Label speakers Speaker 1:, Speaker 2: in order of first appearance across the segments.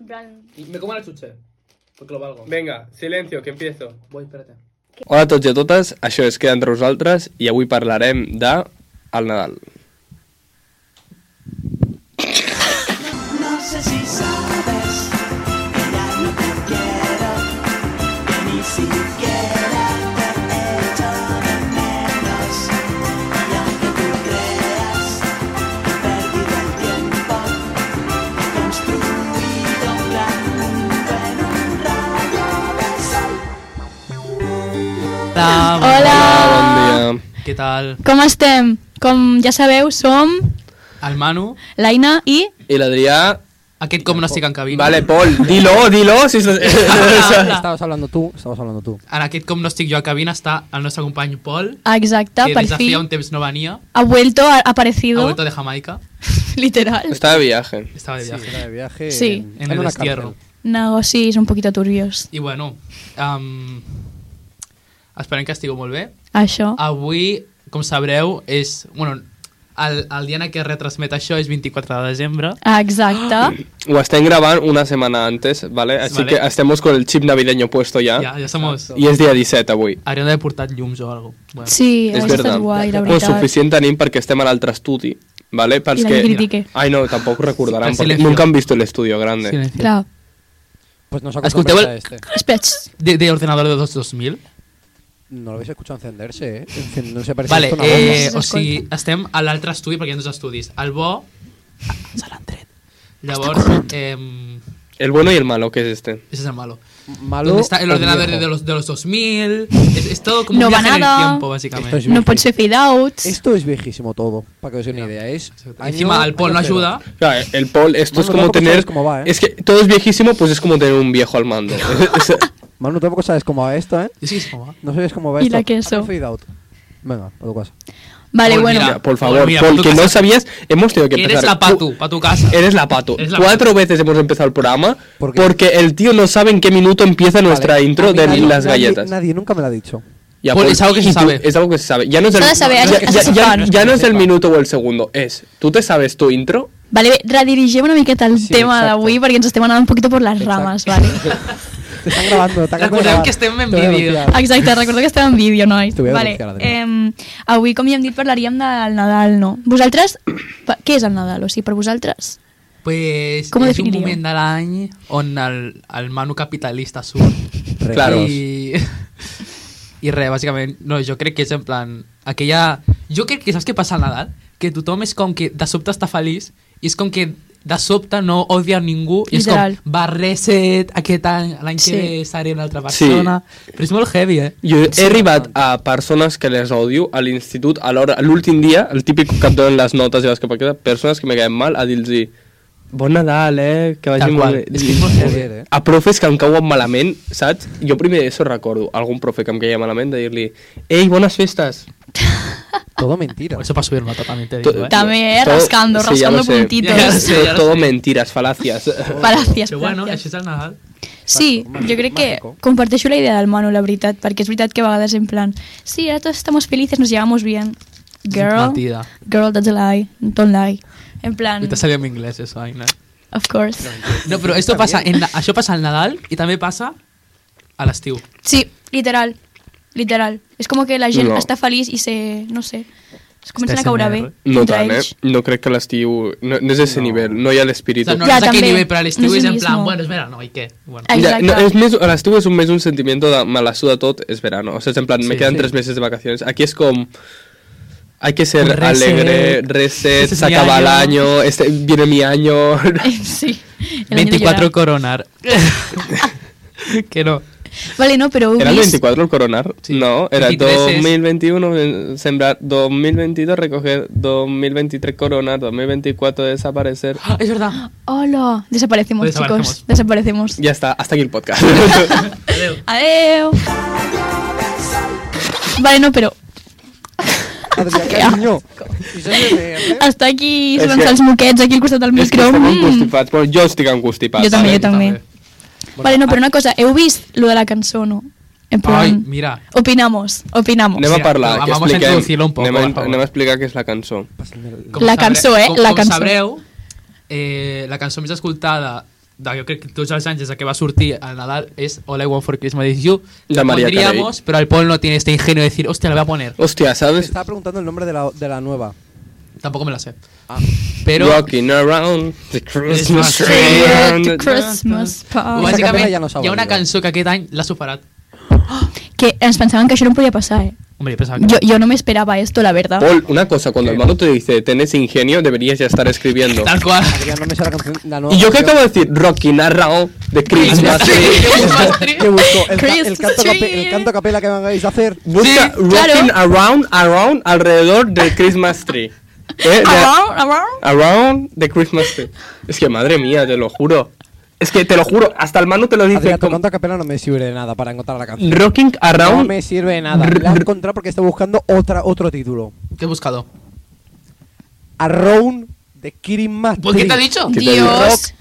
Speaker 1: En plan,
Speaker 2: Y me como la chuche. Porque lo valgo.
Speaker 3: Vinga, silencio, que empiezo.
Speaker 2: Voy, espérate.
Speaker 3: Hola a tots i a totes, això és Queda entre vosaltres i avui parlarem de... el Nadal.
Speaker 4: No sé si sabes que ya no te quiero, que ni siquiera te echo de menos. Y aunque tú creas que he perdido el tiempo, he construido un gran mundo en un rayo de sol.
Speaker 5: Hola, bon
Speaker 1: Hola.
Speaker 3: Hola, bon dia.
Speaker 5: dia. Què tal?
Speaker 1: com estem? Com ja sabeu, som
Speaker 5: El Manu,
Speaker 1: l'Aina i...
Speaker 3: I l'Adrià...
Speaker 5: aquest cop no estic en cabina.
Speaker 3: Vale, Pol, dilo, dilo. Si...
Speaker 5: Habla, habla.
Speaker 6: Estabas hablando tú, estabas hablando tú.
Speaker 5: En aquest cop no estic jo a cabina, està el nostre company Pol,
Speaker 1: Ah, Exacte,
Speaker 5: que
Speaker 1: per
Speaker 5: des de feia un
Speaker 1: fi.
Speaker 5: temps no venia,
Speaker 1: Ha vuelto, ha
Speaker 5: ha
Speaker 1: aparecido,
Speaker 5: vuelto de Jamaica,
Speaker 1: literal.
Speaker 3: Està de viatge.
Speaker 5: estava de
Speaker 6: Sí,
Speaker 5: viaje.
Speaker 6: era de viaje
Speaker 1: Sí.
Speaker 6: en,
Speaker 5: En
Speaker 6: en
Speaker 5: el
Speaker 6: una
Speaker 5: destierro.
Speaker 6: cárcel.
Speaker 1: Negocis un poquito turbios.
Speaker 5: I bueno, um, esperem que estigueu molt bé.
Speaker 1: Això.
Speaker 5: Avui, com sabreu, és... Bueno, el, el dia en què retransmet això és 24 de desembre.
Speaker 1: Ah, Exacte.
Speaker 3: Ho estem gravant una setmana antes, ¿vale? Así
Speaker 5: Vale.
Speaker 3: que estemos con el chip navideño puesto ya.
Speaker 5: Ja, ja somos...
Speaker 3: I és dia 17 avui.
Speaker 5: Hauríem d'haver portat llums o alguna cosa. Bueno.
Speaker 1: Sí,
Speaker 3: és
Speaker 1: ha
Speaker 3: verdad.
Speaker 1: estat guai, la
Speaker 3: Pues
Speaker 1: veritat.
Speaker 3: suficient tenim perquè estem a l'altre estudi, ¿vale? Pels
Speaker 1: I la
Speaker 3: que...
Speaker 1: critique.
Speaker 3: Ai, no, tampoc ho recordaran,
Speaker 5: Sí,
Speaker 3: perquè
Speaker 5: silencio.
Speaker 3: nunca han visto el estudio grande.
Speaker 5: Silencio.
Speaker 1: Clar.
Speaker 6: Pues nos ha
Speaker 5: Escolteu
Speaker 6: acostumbrado
Speaker 5: el-
Speaker 6: a este.
Speaker 1: Espera, xxt.
Speaker 5: De, de ordenador de 2000.
Speaker 6: No lo habéis escuchado encenderse, ¿eh? Encenderse parece
Speaker 5: Vale,
Speaker 6: esto una bomba.
Speaker 5: eh,
Speaker 1: bomba.
Speaker 5: o sigui, estem a l'altre estudi, perquè hi ha dos estudis. El bo se l'han tret. Llavors, eh,
Speaker 3: El bueno y el malo, que es este.
Speaker 5: ese es el malo.
Speaker 6: Malo
Speaker 5: Donde está el
Speaker 6: o
Speaker 5: ordenador
Speaker 6: viejo.
Speaker 5: de los, de los 2000? Es, es todo como
Speaker 1: No
Speaker 5: un
Speaker 1: va
Speaker 5: viaje en el
Speaker 1: nada.
Speaker 5: tiempo, básicamente.
Speaker 6: Esto es
Speaker 1: no pues
Speaker 6: vieji-
Speaker 1: pots fer fade-outs.
Speaker 6: Esto es viejísimo todo, para que os dé una idea. Es año-
Speaker 5: Encima, al Paul no
Speaker 6: año cero.
Speaker 5: ayuda.
Speaker 3: Claro, el Paul, esto
Speaker 6: Manu,
Speaker 3: es como
Speaker 6: tampoco
Speaker 3: tener...
Speaker 6: sabes cómo va, ¿eh?
Speaker 3: Es que todo es viejísimo, pues es como tener un viejo al mando. Es- es-
Speaker 6: Manu, tampoco sabes cómo va esto, ¿eh?
Speaker 5: Sí, sí, ¿cómo va?
Speaker 6: No sabes cómo va
Speaker 1: Y
Speaker 6: esto.
Speaker 1: la queso.
Speaker 6: Hazme fade out. Venga, por lo cual.
Speaker 1: Vale,
Speaker 5: Paul,
Speaker 1: bueno.
Speaker 5: mira.
Speaker 3: Mira, por favor,
Speaker 5: mira,
Speaker 3: Paul,
Speaker 5: tú
Speaker 3: que
Speaker 5: que
Speaker 3: no
Speaker 5: sabes-
Speaker 3: sabías, hemos tenido que empezar. Uh.
Speaker 5: Eres la
Speaker 3: Tú-
Speaker 5: patu, pa tu casa.
Speaker 3: Eres la pato.
Speaker 5: Eres la
Speaker 3: Cuatro veces hemos empezado el programa
Speaker 6: ¿Por qué?
Speaker 3: porque el tío no sabe en qué minuto empieza nuestra
Speaker 6: Vale.
Speaker 3: intro
Speaker 6: A mí
Speaker 3: de
Speaker 6: nadie-
Speaker 3: las
Speaker 6: nadie-
Speaker 3: galletas.
Speaker 6: Nadie nunca me lo ha dicho.
Speaker 3: Ya,
Speaker 5: Paul,
Speaker 3: Paul,
Speaker 5: es algo que se
Speaker 3: y tú-
Speaker 5: sabe.
Speaker 3: Es algo que se sabe. Ya no es el,
Speaker 1: Se lo sabe,
Speaker 3: ya-
Speaker 1: es que
Speaker 3: ya-
Speaker 1: se
Speaker 3: ya-
Speaker 1: sepan.
Speaker 3: ya no es el minuto o el segundo, es. ¿Tú te sabes tu intro?
Speaker 1: Vale, bé, redirigem una miqueta el
Speaker 6: Sí,
Speaker 1: tema
Speaker 6: exacte.
Speaker 1: d'avui perquè ens estem anant un poquito per les rames, vale?
Speaker 6: Te están grabando, te acaban de
Speaker 5: Recordem
Speaker 6: grabar.
Speaker 5: que estem en
Speaker 6: Te voy a
Speaker 5: vídeo.
Speaker 6: denunciar.
Speaker 1: Exacte, recordo que estava en vídeo, nois.
Speaker 6: T'ho voy a
Speaker 1: Vale,
Speaker 6: denunciar, Adrià.
Speaker 1: eh, avui, com ja hem dit, parlaríem del Nadal, no? Vosaltres, pa- què és el Nadal? O sigui, per vosaltres?
Speaker 5: Pues
Speaker 1: Com ho
Speaker 5: és un
Speaker 1: definiríeu?
Speaker 5: moment de l'any on el, el Manu capitalista surt.
Speaker 6: Regalos.
Speaker 3: Claro.
Speaker 5: I, I res, bàsicament, no, jo crec que és en plan... Aquella... Jo crec que saps què passa al Nadal? Que tothom és com que de sobte està feliç i és com que de sobte no odia ningú i és
Speaker 1: Literal.
Speaker 5: com, va reset aquest any, l'any
Speaker 1: Sí.
Speaker 5: que ve seré una altra
Speaker 3: Sí.
Speaker 5: persona. Però és molt heavy, eh?
Speaker 3: Jo he arribat a persones que les odio a l'institut a l'hora, a l'últim dia, el típic que et donen les notes i les cap persones que me caen mal, a dir-los Bon Nadal, eh? Que vagi
Speaker 5: Tal
Speaker 3: molt
Speaker 5: qual.
Speaker 3: bé.
Speaker 5: És que és molt
Speaker 6: Joder,
Speaker 5: heavy.
Speaker 6: eh?
Speaker 3: A profes que em cauen malament, saps? Jo primer d'ESO recordo algun profe que em caia malament de dir-li Ei, bones festes!
Speaker 6: Todo mentira.
Speaker 5: Això per subir-me, totalment, te digo, eh?
Speaker 1: Ta- També, eh, rascando, rascando puntitos.
Speaker 5: Ja lo sé, ya lo
Speaker 3: todo
Speaker 5: sé.
Speaker 3: mentiras, falacias.
Speaker 1: Gràcies,
Speaker 5: Però bueno,
Speaker 1: gràcies.
Speaker 5: això és el Nadal.
Speaker 1: Sí,
Speaker 6: Mágico,
Speaker 1: jo crec que
Speaker 6: mágico.
Speaker 1: comparteixo la idea del Manu, la veritat, perquè és veritat que a vegades en plan sí, ara tots estamos felices, nos llevamos bien. Girl,
Speaker 5: Mentida.
Speaker 1: girl, that's a lie, don't lie. En plan,
Speaker 5: I te sabia en anglès, això, Aina.
Speaker 1: of course.
Speaker 5: No, però esto passa en, això passa al Nadal i també passa a l'estiu.
Speaker 1: Sí, literal, literal. És com que la gent
Speaker 3: No.
Speaker 1: està feliç i se, no sé, es comencen a
Speaker 5: Està
Speaker 1: caure bé.
Speaker 5: SMR.
Speaker 3: No
Speaker 1: entre
Speaker 3: tant, eh?
Speaker 1: ells.
Speaker 3: No crec que l'estiu... No, no és ese no. nivell, no hi ha l'espíritu.
Speaker 5: O sea, no,
Speaker 1: Ja,
Speaker 5: no és aquell
Speaker 1: també.
Speaker 5: nivell, però a l'estiu
Speaker 1: No és
Speaker 5: és
Speaker 1: el
Speaker 5: en plan,
Speaker 1: mismo.
Speaker 5: bueno, és verano, i què? Bueno.
Speaker 3: Ya,
Speaker 1: Exacto.
Speaker 3: no, es mes, a las tuve es un mes un sentimiento de me la suda todo, es verano. O sea, es en plan, me
Speaker 5: Sí,
Speaker 3: quedan
Speaker 5: sí.
Speaker 3: tres meses de vacaciones. Aquí es como... Hay que ser
Speaker 5: Un reset.
Speaker 3: alegre, reset,
Speaker 5: Este es
Speaker 3: se
Speaker 5: mi
Speaker 3: acaba el
Speaker 5: año.
Speaker 3: año, este, viene mi año.
Speaker 1: sí. el año de llorar.
Speaker 5: 24 coronar. que no.
Speaker 1: Vale, no, pero
Speaker 3: ¿Era el
Speaker 1: Ubis-
Speaker 3: 24 el coronar?
Speaker 5: Sí.
Speaker 3: No, era
Speaker 5: 23 es-
Speaker 3: 2021 eh, sembrar, 2022 recoger, 2023 coronar, 2024 desaparecer.
Speaker 1: Ah,
Speaker 5: Es verdad.
Speaker 1: Hola, desaparecemos,
Speaker 5: Desaparecemos.
Speaker 1: chicos, desaparecemos.
Speaker 3: Ya está, hasta aquí el podcast.
Speaker 1: Adeu. Vale, no, pero
Speaker 6: Adrià, cariño. I soy MR.
Speaker 1: hasta aquí
Speaker 3: És
Speaker 1: sonen
Speaker 3: que-
Speaker 1: els moquets aquí al costat del
Speaker 3: es que
Speaker 1: micro.
Speaker 3: estem
Speaker 1: Mm.
Speaker 3: encostipats. Bueno, jo estic encostipats.
Speaker 1: Jo també,
Speaker 3: vale?
Speaker 1: jo també. Vale, no, però una cosa, heu vist lo de la cançó, no? En plan...
Speaker 5: Ai, mira.
Speaker 1: Opinamos, opinamos.
Speaker 3: Anem a parlar,
Speaker 5: Vamos
Speaker 3: que
Speaker 5: a
Speaker 3: expliquem,
Speaker 5: introducirlo un poco,
Speaker 3: anem,
Speaker 5: por
Speaker 3: a,
Speaker 5: favor.
Speaker 3: anem a explicar què és la cançó.
Speaker 6: Pásame el-
Speaker 1: La cançó, eh?
Speaker 5: Com,
Speaker 1: La
Speaker 5: com
Speaker 1: cançó.
Speaker 5: sabreu, eh, la cançó més escoltada de, jo crec que tots els anys des de que va sortir el Nadal és All I Want For Christmas Is You
Speaker 3: De
Speaker 5: la
Speaker 3: Mariah Carey.
Speaker 5: pondríamos pero el Paul no tiene este ingenio de decir hostia la voy a poner
Speaker 3: Hostia,
Speaker 6: Te
Speaker 3: ¿sabes?
Speaker 6: estaba preguntando el nombre de la, de la nueva.
Speaker 5: tampoco me la sé
Speaker 6: Ah.
Speaker 5: pero
Speaker 3: Walking around the Christmas
Speaker 5: Christmas
Speaker 3: tree.
Speaker 5: tree
Speaker 1: Straight
Speaker 3: and
Speaker 1: to
Speaker 3: the-
Speaker 1: Christmas
Speaker 6: Esa
Speaker 1: party.
Speaker 6: capella
Speaker 5: bàsicament
Speaker 6: ja no s'ha
Speaker 5: hi ha una
Speaker 6: vendido.
Speaker 5: cançó que aquest any l'ha superat
Speaker 1: Que ens pensaven que això no podia passar, eh?
Speaker 5: hombre pensaba que
Speaker 1: Yo, yo no me esperaba esto, la verdad.
Speaker 3: Paul, una cosa, cuando el malo te dice tenés ingenio, deberías ya estar escribiendo.
Speaker 5: tal cual
Speaker 6: Ya no me sale la canción. La nueva
Speaker 3: Y yo que
Speaker 6: canción
Speaker 3: acabo de decir, Rocky Narrao de Christmas Tree.
Speaker 5: Christmas tree.
Speaker 6: que busco. El, ca- el
Speaker 1: Christmas
Speaker 6: canto, cape-
Speaker 1: tree.
Speaker 6: el canto a capela que me hagáis hacer.
Speaker 3: Busca
Speaker 5: Sí,
Speaker 3: Rocking Around, Around, alrededor del Christmas Tree. Eh, de-
Speaker 1: Around, around.
Speaker 3: Around the Christmas Tree. Es que madre mía, te lo juro. Es que te lo juro, hasta el Manu te lo dice.
Speaker 6: Adrián, tu
Speaker 3: como-
Speaker 6: canto a capela no me sirve de nada para encontrar la canción.
Speaker 3: Rocking
Speaker 6: No
Speaker 3: Around.
Speaker 6: me sirve de nada.
Speaker 3: R-
Speaker 6: La he
Speaker 3: r-
Speaker 6: encontrado porque estoy buscando otra, otro título.
Speaker 5: ¿Qué he buscado?
Speaker 6: Around the Christmas
Speaker 5: ¿Por qué
Speaker 6: Tree.
Speaker 5: te ha dicho?
Speaker 3: ¿Qué te
Speaker 1: Dios.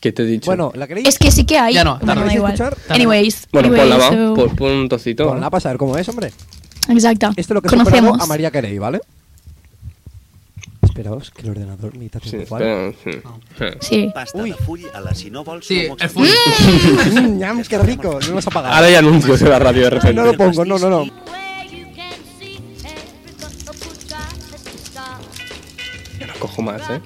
Speaker 3: ¿Qué te he dicho?
Speaker 6: Bueno, ¿la queréis?
Speaker 1: Es que sí que hay.
Speaker 5: Ya no, está
Speaker 1: bueno,
Speaker 6: bien.
Speaker 1: da igual.
Speaker 6: ¿Quieres escuchar?
Speaker 1: Anyways.
Speaker 3: bueno
Speaker 1: anyways,
Speaker 3: ponla, va.
Speaker 1: so-
Speaker 3: Pon, pon un tocito.
Speaker 6: Ponla para saber cómo es, hombre.
Speaker 1: Exacto.
Speaker 6: Esto es lo que se
Speaker 1: Conocemos.
Speaker 6: a María Carey, ¿vale? Esperaos que el ordenador me está
Speaker 3: Sí,
Speaker 6: haciendo
Speaker 3: espera, sí.
Speaker 5: Ah.
Speaker 1: Sí.
Speaker 7: Pasta
Speaker 6: Ui.
Speaker 7: de full a la si no vols...
Speaker 5: Sí,
Speaker 7: no mots
Speaker 5: el
Speaker 7: la
Speaker 5: full.
Speaker 6: Mm, ñam, qué rico. No nos ha pagado.
Speaker 3: Ah. Ahora hay anuncios en la radio de repente.
Speaker 6: No lo pongo, no, no, no.
Speaker 3: Ya no cojo más, ¿eh?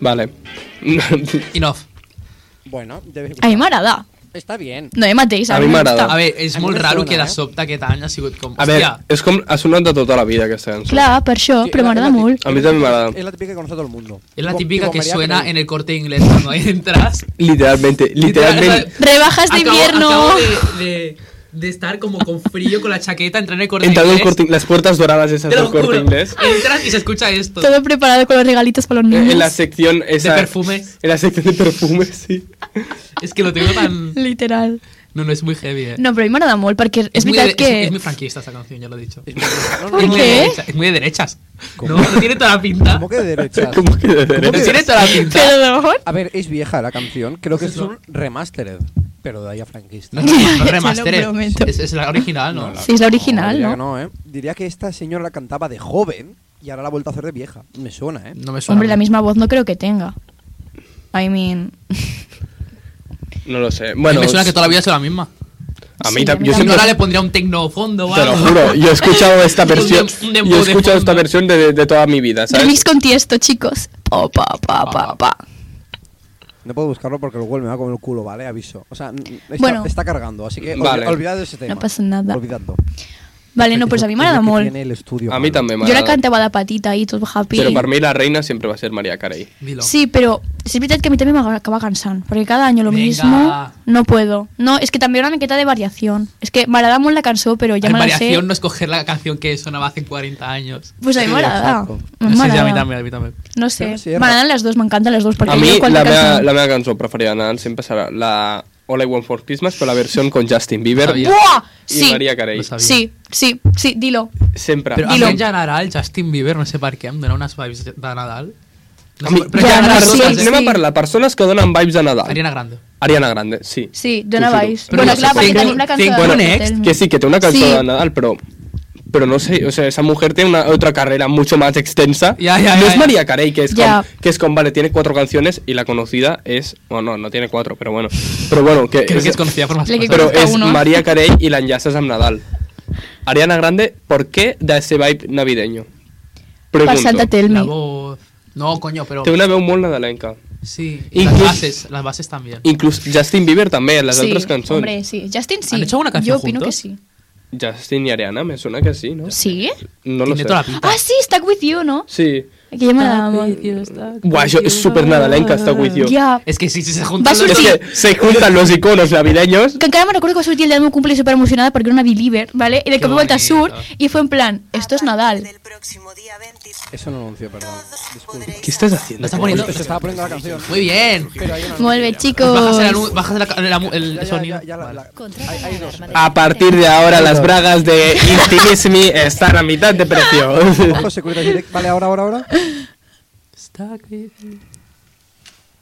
Speaker 3: Vale.
Speaker 5: Enough.
Speaker 6: Bueno, debes
Speaker 1: A mi m'agrada.
Speaker 6: Está bien.
Speaker 1: No em mateix.
Speaker 3: A mi
Speaker 1: em
Speaker 3: m'agrada.
Speaker 1: gusta.
Speaker 5: A ver, es
Speaker 6: A mi
Speaker 5: muy
Speaker 6: me
Speaker 5: raro
Speaker 6: suena,
Speaker 5: que de
Speaker 6: eh?
Speaker 5: sobte aquest any ha sigut com...
Speaker 3: A ver,
Speaker 5: hòstia,
Speaker 3: es como ha sonat de toda la vida aquesta cançó.
Speaker 1: Clar, per això,
Speaker 6: Sí,
Speaker 1: però
Speaker 6: es la-
Speaker 1: m'agrada
Speaker 6: es la
Speaker 1: molt.
Speaker 3: A mí también me agrada.
Speaker 6: Es la típica que conoce todo el mundo.
Speaker 5: es la
Speaker 6: Como-
Speaker 5: típica
Speaker 6: como
Speaker 5: que
Speaker 6: Mariah
Speaker 5: suena
Speaker 6: Carey.
Speaker 5: en el corte inglés cuando ahí entras.
Speaker 3: Literalmente, literalmente.
Speaker 1: Rebajas de
Speaker 5: Acabo-
Speaker 1: invierno.
Speaker 5: acabo de, de- de estar como con frío, con la chaqueta, entrar en el corte
Speaker 3: Entrando en
Speaker 5: inglés.
Speaker 3: corte, las puertas doradas esas
Speaker 5: Te lo
Speaker 3: del corte
Speaker 5: juro.
Speaker 3: inglés.
Speaker 5: Entras y se escucha esto.
Speaker 1: Todo preparado con los regalitos para
Speaker 5: Eh,
Speaker 1: los niños.
Speaker 3: En la sección esa.
Speaker 5: perfumes.
Speaker 3: En la sección de perfumes, sí.
Speaker 5: Es que lo tengo tan...
Speaker 1: Literal.
Speaker 5: No, no, es muy heavy, eh.
Speaker 1: No, però a mi m'agrada molt, perquè és
Speaker 5: muy
Speaker 1: veritat
Speaker 5: de-
Speaker 1: que...
Speaker 5: Es, es muy franquista esta canción, ya lo he dicho. Es
Speaker 6: No, no,
Speaker 1: ¿Por
Speaker 5: muy de
Speaker 1: qué?
Speaker 5: derecha- es muy de derechas. No, no tiene toda la pinta.
Speaker 6: ¿Cómo que de derechas?
Speaker 3: Como que de
Speaker 5: No
Speaker 3: derecha.
Speaker 5: tiene toda la pinta.
Speaker 1: Perdón.
Speaker 6: A ver, es vieja la canción. Creo que es un remastered. Pero de ahí a franquista.
Speaker 5: No, no, no,
Speaker 1: Te lo
Speaker 5: remasteres.
Speaker 1: prometo.
Speaker 5: Es, es la original, ¿no?
Speaker 1: Sí, es la original,
Speaker 6: diría
Speaker 1: ¿no?
Speaker 6: que no, ¿eh? Diría que esta señora la cantaba de joven y ahora la ha vuelto a hacer de vieja. Me suena, ¿eh?
Speaker 5: No me suena.
Speaker 1: Hombre, la misma voz no creo que tenga. I mean...
Speaker 3: No lo sé. Bueno,
Speaker 5: me suena que toda la vida es la misma.
Speaker 3: a mí
Speaker 1: Sí, a mí
Speaker 3: también. Yo
Speaker 5: Yo
Speaker 3: siempre.
Speaker 5: ahora le pondría un tecnofondo o
Speaker 3: Te lo
Speaker 5: algo.
Speaker 3: juro, yo he escuchado esta
Speaker 5: Un
Speaker 3: versión.
Speaker 5: dem- un dembow
Speaker 3: Yo he
Speaker 5: de
Speaker 3: escuchado esta
Speaker 5: fondo.
Speaker 3: versión de, de toda mi vida,
Speaker 1: Remix
Speaker 3: ¿sabes?
Speaker 1: con tiesto, chicos. Pa, pa, pa, pa, pa.
Speaker 6: No puedo buscarlo porque el Google me va a comer el culo, ¿vale? Aviso. O sea, n- n- está,
Speaker 1: Bueno.
Speaker 6: está cargando, así que olvi-
Speaker 3: Vale.
Speaker 6: olvidad de ese tema.
Speaker 1: pasa nada.
Speaker 6: Olvidadlo.
Speaker 1: Vale, no, pues a mi
Speaker 6: Es lo
Speaker 1: m'agrada
Speaker 6: que
Speaker 1: molt.
Speaker 6: tiene el estudio,
Speaker 3: A mí
Speaker 6: Pablo.
Speaker 3: también me
Speaker 1: Jo la
Speaker 3: agrada.
Speaker 1: cantava de petita i tot happy.
Speaker 3: Pero para mí la reina siempre va a ser María Carey.
Speaker 5: Dilo.
Speaker 1: Sí, pero sí es verdad que a mí también me acaba cansando, porque cada año lo
Speaker 5: Venga.
Speaker 1: mismo no puedo. No, es que también una maqueta de variación. Es que m'agrada molt la cançó, pero ya
Speaker 5: Hay
Speaker 1: me la sé.
Speaker 5: variación no escoger la canción que sonaba hace 40 años.
Speaker 1: Pues a mí m'agrada.
Speaker 6: exacto.
Speaker 5: Sí, sí,
Speaker 1: M'agrada.
Speaker 5: a mí también, a mí también.
Speaker 1: No sé,
Speaker 6: Pero sí, es
Speaker 1: m'agraden les dos, m'encanten les dos, perquè
Speaker 3: A mí
Speaker 1: jo
Speaker 3: la
Speaker 1: qualsevol
Speaker 3: mea,
Speaker 1: cançó-
Speaker 3: la mea canción preferida Nan siempre será la All I Want For Christmas, pero la versión con Justin Bieber
Speaker 5: Sabía.
Speaker 3: y
Speaker 1: Buah! Sí,
Speaker 3: María Carey.
Speaker 5: Lo sabía.
Speaker 1: sí, sí, sí, dilo.
Speaker 3: Siempre.
Speaker 5: Pero a mí
Speaker 1: Dilo.
Speaker 5: en general, Justin Bieber, no sé per què, em dona unes vibes de Nadal. No
Speaker 3: A mi,
Speaker 5: sé, per-
Speaker 3: ja,
Speaker 5: per-
Speaker 1: no,
Speaker 5: per-
Speaker 1: sí,
Speaker 5: per-
Speaker 1: sí.
Speaker 3: anem a parlar. Persones que donen vibes de Nadal.
Speaker 5: Ariana Grande.
Speaker 3: Ariana Grande, sí.
Speaker 1: Sí,
Speaker 3: T'ho
Speaker 1: dona
Speaker 3: juro.
Speaker 1: vibes.
Speaker 5: Però
Speaker 1: bueno,
Speaker 5: no sé
Speaker 1: clar,
Speaker 5: per
Speaker 1: perquè
Speaker 5: què.
Speaker 1: tenim la cançó
Speaker 5: Tinc-
Speaker 1: de
Speaker 5: bueno,
Speaker 1: Tell Me.
Speaker 3: Que sí, que tiene una canción
Speaker 1: Sí.
Speaker 3: de Nadal, pero... Pero no sé, o sea, esa mujer tiene una otra carrera mucho más extensa.
Speaker 5: Ya, ya,
Speaker 3: no
Speaker 5: ya,
Speaker 3: es
Speaker 5: ya.
Speaker 3: María Carey, que es,
Speaker 1: Ya.
Speaker 3: con, que es con, vale, tiene cuatro canciones y la conocida es... Bueno, no, no tiene cuatro, pero bueno. Pero bueno, que...
Speaker 5: Crec que es conocida por más
Speaker 1: Le-
Speaker 5: cosas.
Speaker 3: Pero
Speaker 1: Conozco
Speaker 3: es
Speaker 1: uno.
Speaker 3: María Carey y la enlazas a Nadal. Ariana Grande, ¿por qué da ese vibe navideño?
Speaker 1: Per
Speaker 3: Pregunto.
Speaker 1: Santa Tell
Speaker 5: La
Speaker 1: Me.
Speaker 5: voz... No, coño, pero...
Speaker 3: Té una veu molt nadalenca.
Speaker 5: Sí, y las
Speaker 3: Incluso-
Speaker 5: bases, las bases también.
Speaker 3: Inclús Justin Bieber també, en les
Speaker 1: sí,
Speaker 3: altres cançons.
Speaker 1: Hombre, sí. Justin sí.
Speaker 5: ¿Han hecho alguna canción
Speaker 1: Yo opino
Speaker 5: juntos?
Speaker 1: que sí.
Speaker 3: Justin y Ariana, me suena que sí, ¿no?
Speaker 1: ¿Sí?
Speaker 3: No lo
Speaker 5: Tiene
Speaker 3: sé.
Speaker 5: toda la pinta.
Speaker 1: Ah, sí, Stuck With You, ¿no?
Speaker 3: Sí.
Speaker 1: Que ya me la molt.
Speaker 3: Guau, yo- es súper nadalenca esta with you.
Speaker 1: Ya.
Speaker 5: Es que si, si se juntan...
Speaker 1: Va a
Speaker 5: los-
Speaker 3: Es
Speaker 1: Sí.
Speaker 3: que se juntan los iconos navideños.
Speaker 1: Que encara me recuerdo que va sortir el dia del meu cumple súper emocionada porque era una believer, ¿vale? Y de
Speaker 5: Qué
Speaker 1: cop i volta
Speaker 5: bonito.
Speaker 1: surt y fue en plan, esto es Nadal.
Speaker 8: Del próximo día 20
Speaker 6: Eso no lo anunció, perdón. Disculpe.
Speaker 3: ¿Qué estás haciendo?
Speaker 5: Lo está poniendo...
Speaker 6: Se estaba poniendo la canción.
Speaker 5: Muy bien.
Speaker 6: Pero hay una
Speaker 1: Molt bé,
Speaker 5: Bajas, el,
Speaker 1: chicos.
Speaker 5: anu- bajas la, la, la- el
Speaker 6: Ya, ya,
Speaker 5: sonido.
Speaker 6: ya, ya la- la-
Speaker 3: A partir de ahora las bragas de Intimismi están a mitad de precio.
Speaker 6: Ojo, Securitas Direct. Vale, ahora, ahora, ahora.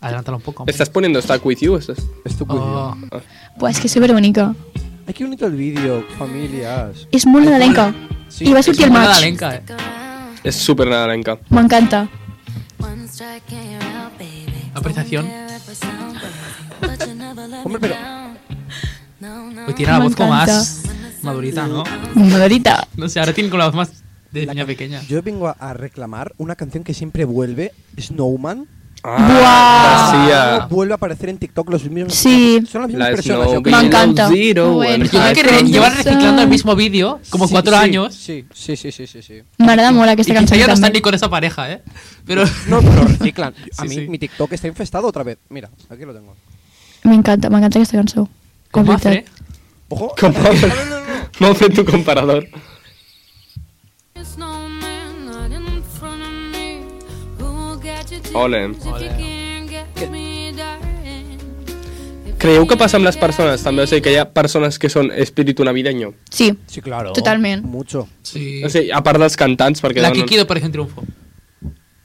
Speaker 5: Adelántalo un poco. hombre.
Speaker 3: ¿Estás poniendo Stuck With You? ¿Estás?
Speaker 6: Esto
Speaker 5: Oh.
Speaker 1: Buah, es Pues que súper bonica.
Speaker 6: Hay que unir el vídeo, familias.
Speaker 1: Es muy nadalenca.
Speaker 6: Sí,
Speaker 1: Y va a
Speaker 5: Es
Speaker 1: sortir el
Speaker 5: muy
Speaker 1: match.
Speaker 5: nadalenca, eh.
Speaker 3: Es súper nadalenca.
Speaker 1: M'encanta.
Speaker 5: Apreciación.
Speaker 6: Hombre, pero-
Speaker 5: Hoy tiene la
Speaker 1: Me
Speaker 5: voz como
Speaker 1: encanta.
Speaker 5: más madurita, ¿no?
Speaker 1: Madurita.
Speaker 5: No sé, ahora tiene como la voz más de niña pequeña.
Speaker 6: Yo vengo a, a reclamar una canción que siempre vuelve, Snowman.
Speaker 3: Ah, vacía.
Speaker 6: Vuelve a aparecer en TikTok los mismos.
Speaker 1: Sí.
Speaker 6: Son las mismas
Speaker 3: La
Speaker 6: personas. yo
Speaker 3: Snow
Speaker 1: Me
Speaker 6: creo.
Speaker 1: encanta.
Speaker 3: Zero.
Speaker 1: Bueno.
Speaker 3: and
Speaker 5: Yo creo
Speaker 1: Ay,
Speaker 5: que
Speaker 1: pronto.
Speaker 5: re- llevan reciclando el mismo vídeo como
Speaker 6: Sí,
Speaker 5: cuatro
Speaker 6: sí,
Speaker 5: años.
Speaker 6: Sí, sí, sí, sí, sí. sí.
Speaker 1: M'agrada molt
Speaker 5: Y
Speaker 1: aquesta
Speaker 5: quizá
Speaker 1: cançó.
Speaker 5: ya no están
Speaker 1: també.
Speaker 5: ni con esa pareja, ¿eh? Pero.
Speaker 6: No, pero reciclan. A
Speaker 5: Sí,
Speaker 6: mí
Speaker 5: sí.
Speaker 6: mi TikTok está infestado otra vez. Mira, aquí lo tengo.
Speaker 1: M'encanta, m'encanta aquesta cançó.
Speaker 5: con
Speaker 1: De veritat.
Speaker 5: Mafre.
Speaker 6: Ojo.
Speaker 3: Com va fer? No fer tu comparador. Ole. Creieu que passa amb les persones? També, o sigui, que hi ha persones que són espíritu navideño.
Speaker 1: Sí,
Speaker 6: Sí, claro.
Speaker 1: Totalment.
Speaker 6: Mucho.
Speaker 5: Sí.
Speaker 3: O sigui, a part dels cantants, perquè...
Speaker 5: La
Speaker 3: donen-
Speaker 5: Kikido, por ejemplo, triunfo.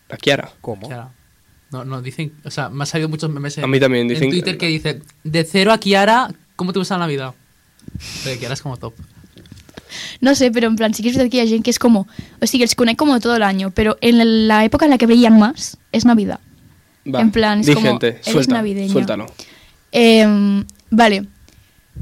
Speaker 3: Aquí ara.
Speaker 6: ¿Cómo?
Speaker 5: Kiara. No, no, dicen. O sea, me han salido muchos memes en,
Speaker 3: A mí también,
Speaker 5: en
Speaker 3: dicen-
Speaker 5: Twitter que dice: De cero a Kiara, ¿cómo te gusta la Navidad? Pero Kiara es como top.
Speaker 1: no sé, pero en plan, sí que es verdad que hay gente que es como, o sigui, els conec como todo el año, pero en la época en la que brillan más es Navidad.
Speaker 3: Va,
Speaker 1: En plan, es
Speaker 3: di
Speaker 1: como,
Speaker 3: gente,
Speaker 1: eres
Speaker 3: suelta,
Speaker 1: navideño.
Speaker 3: Suéltalo.
Speaker 1: Eh, vale,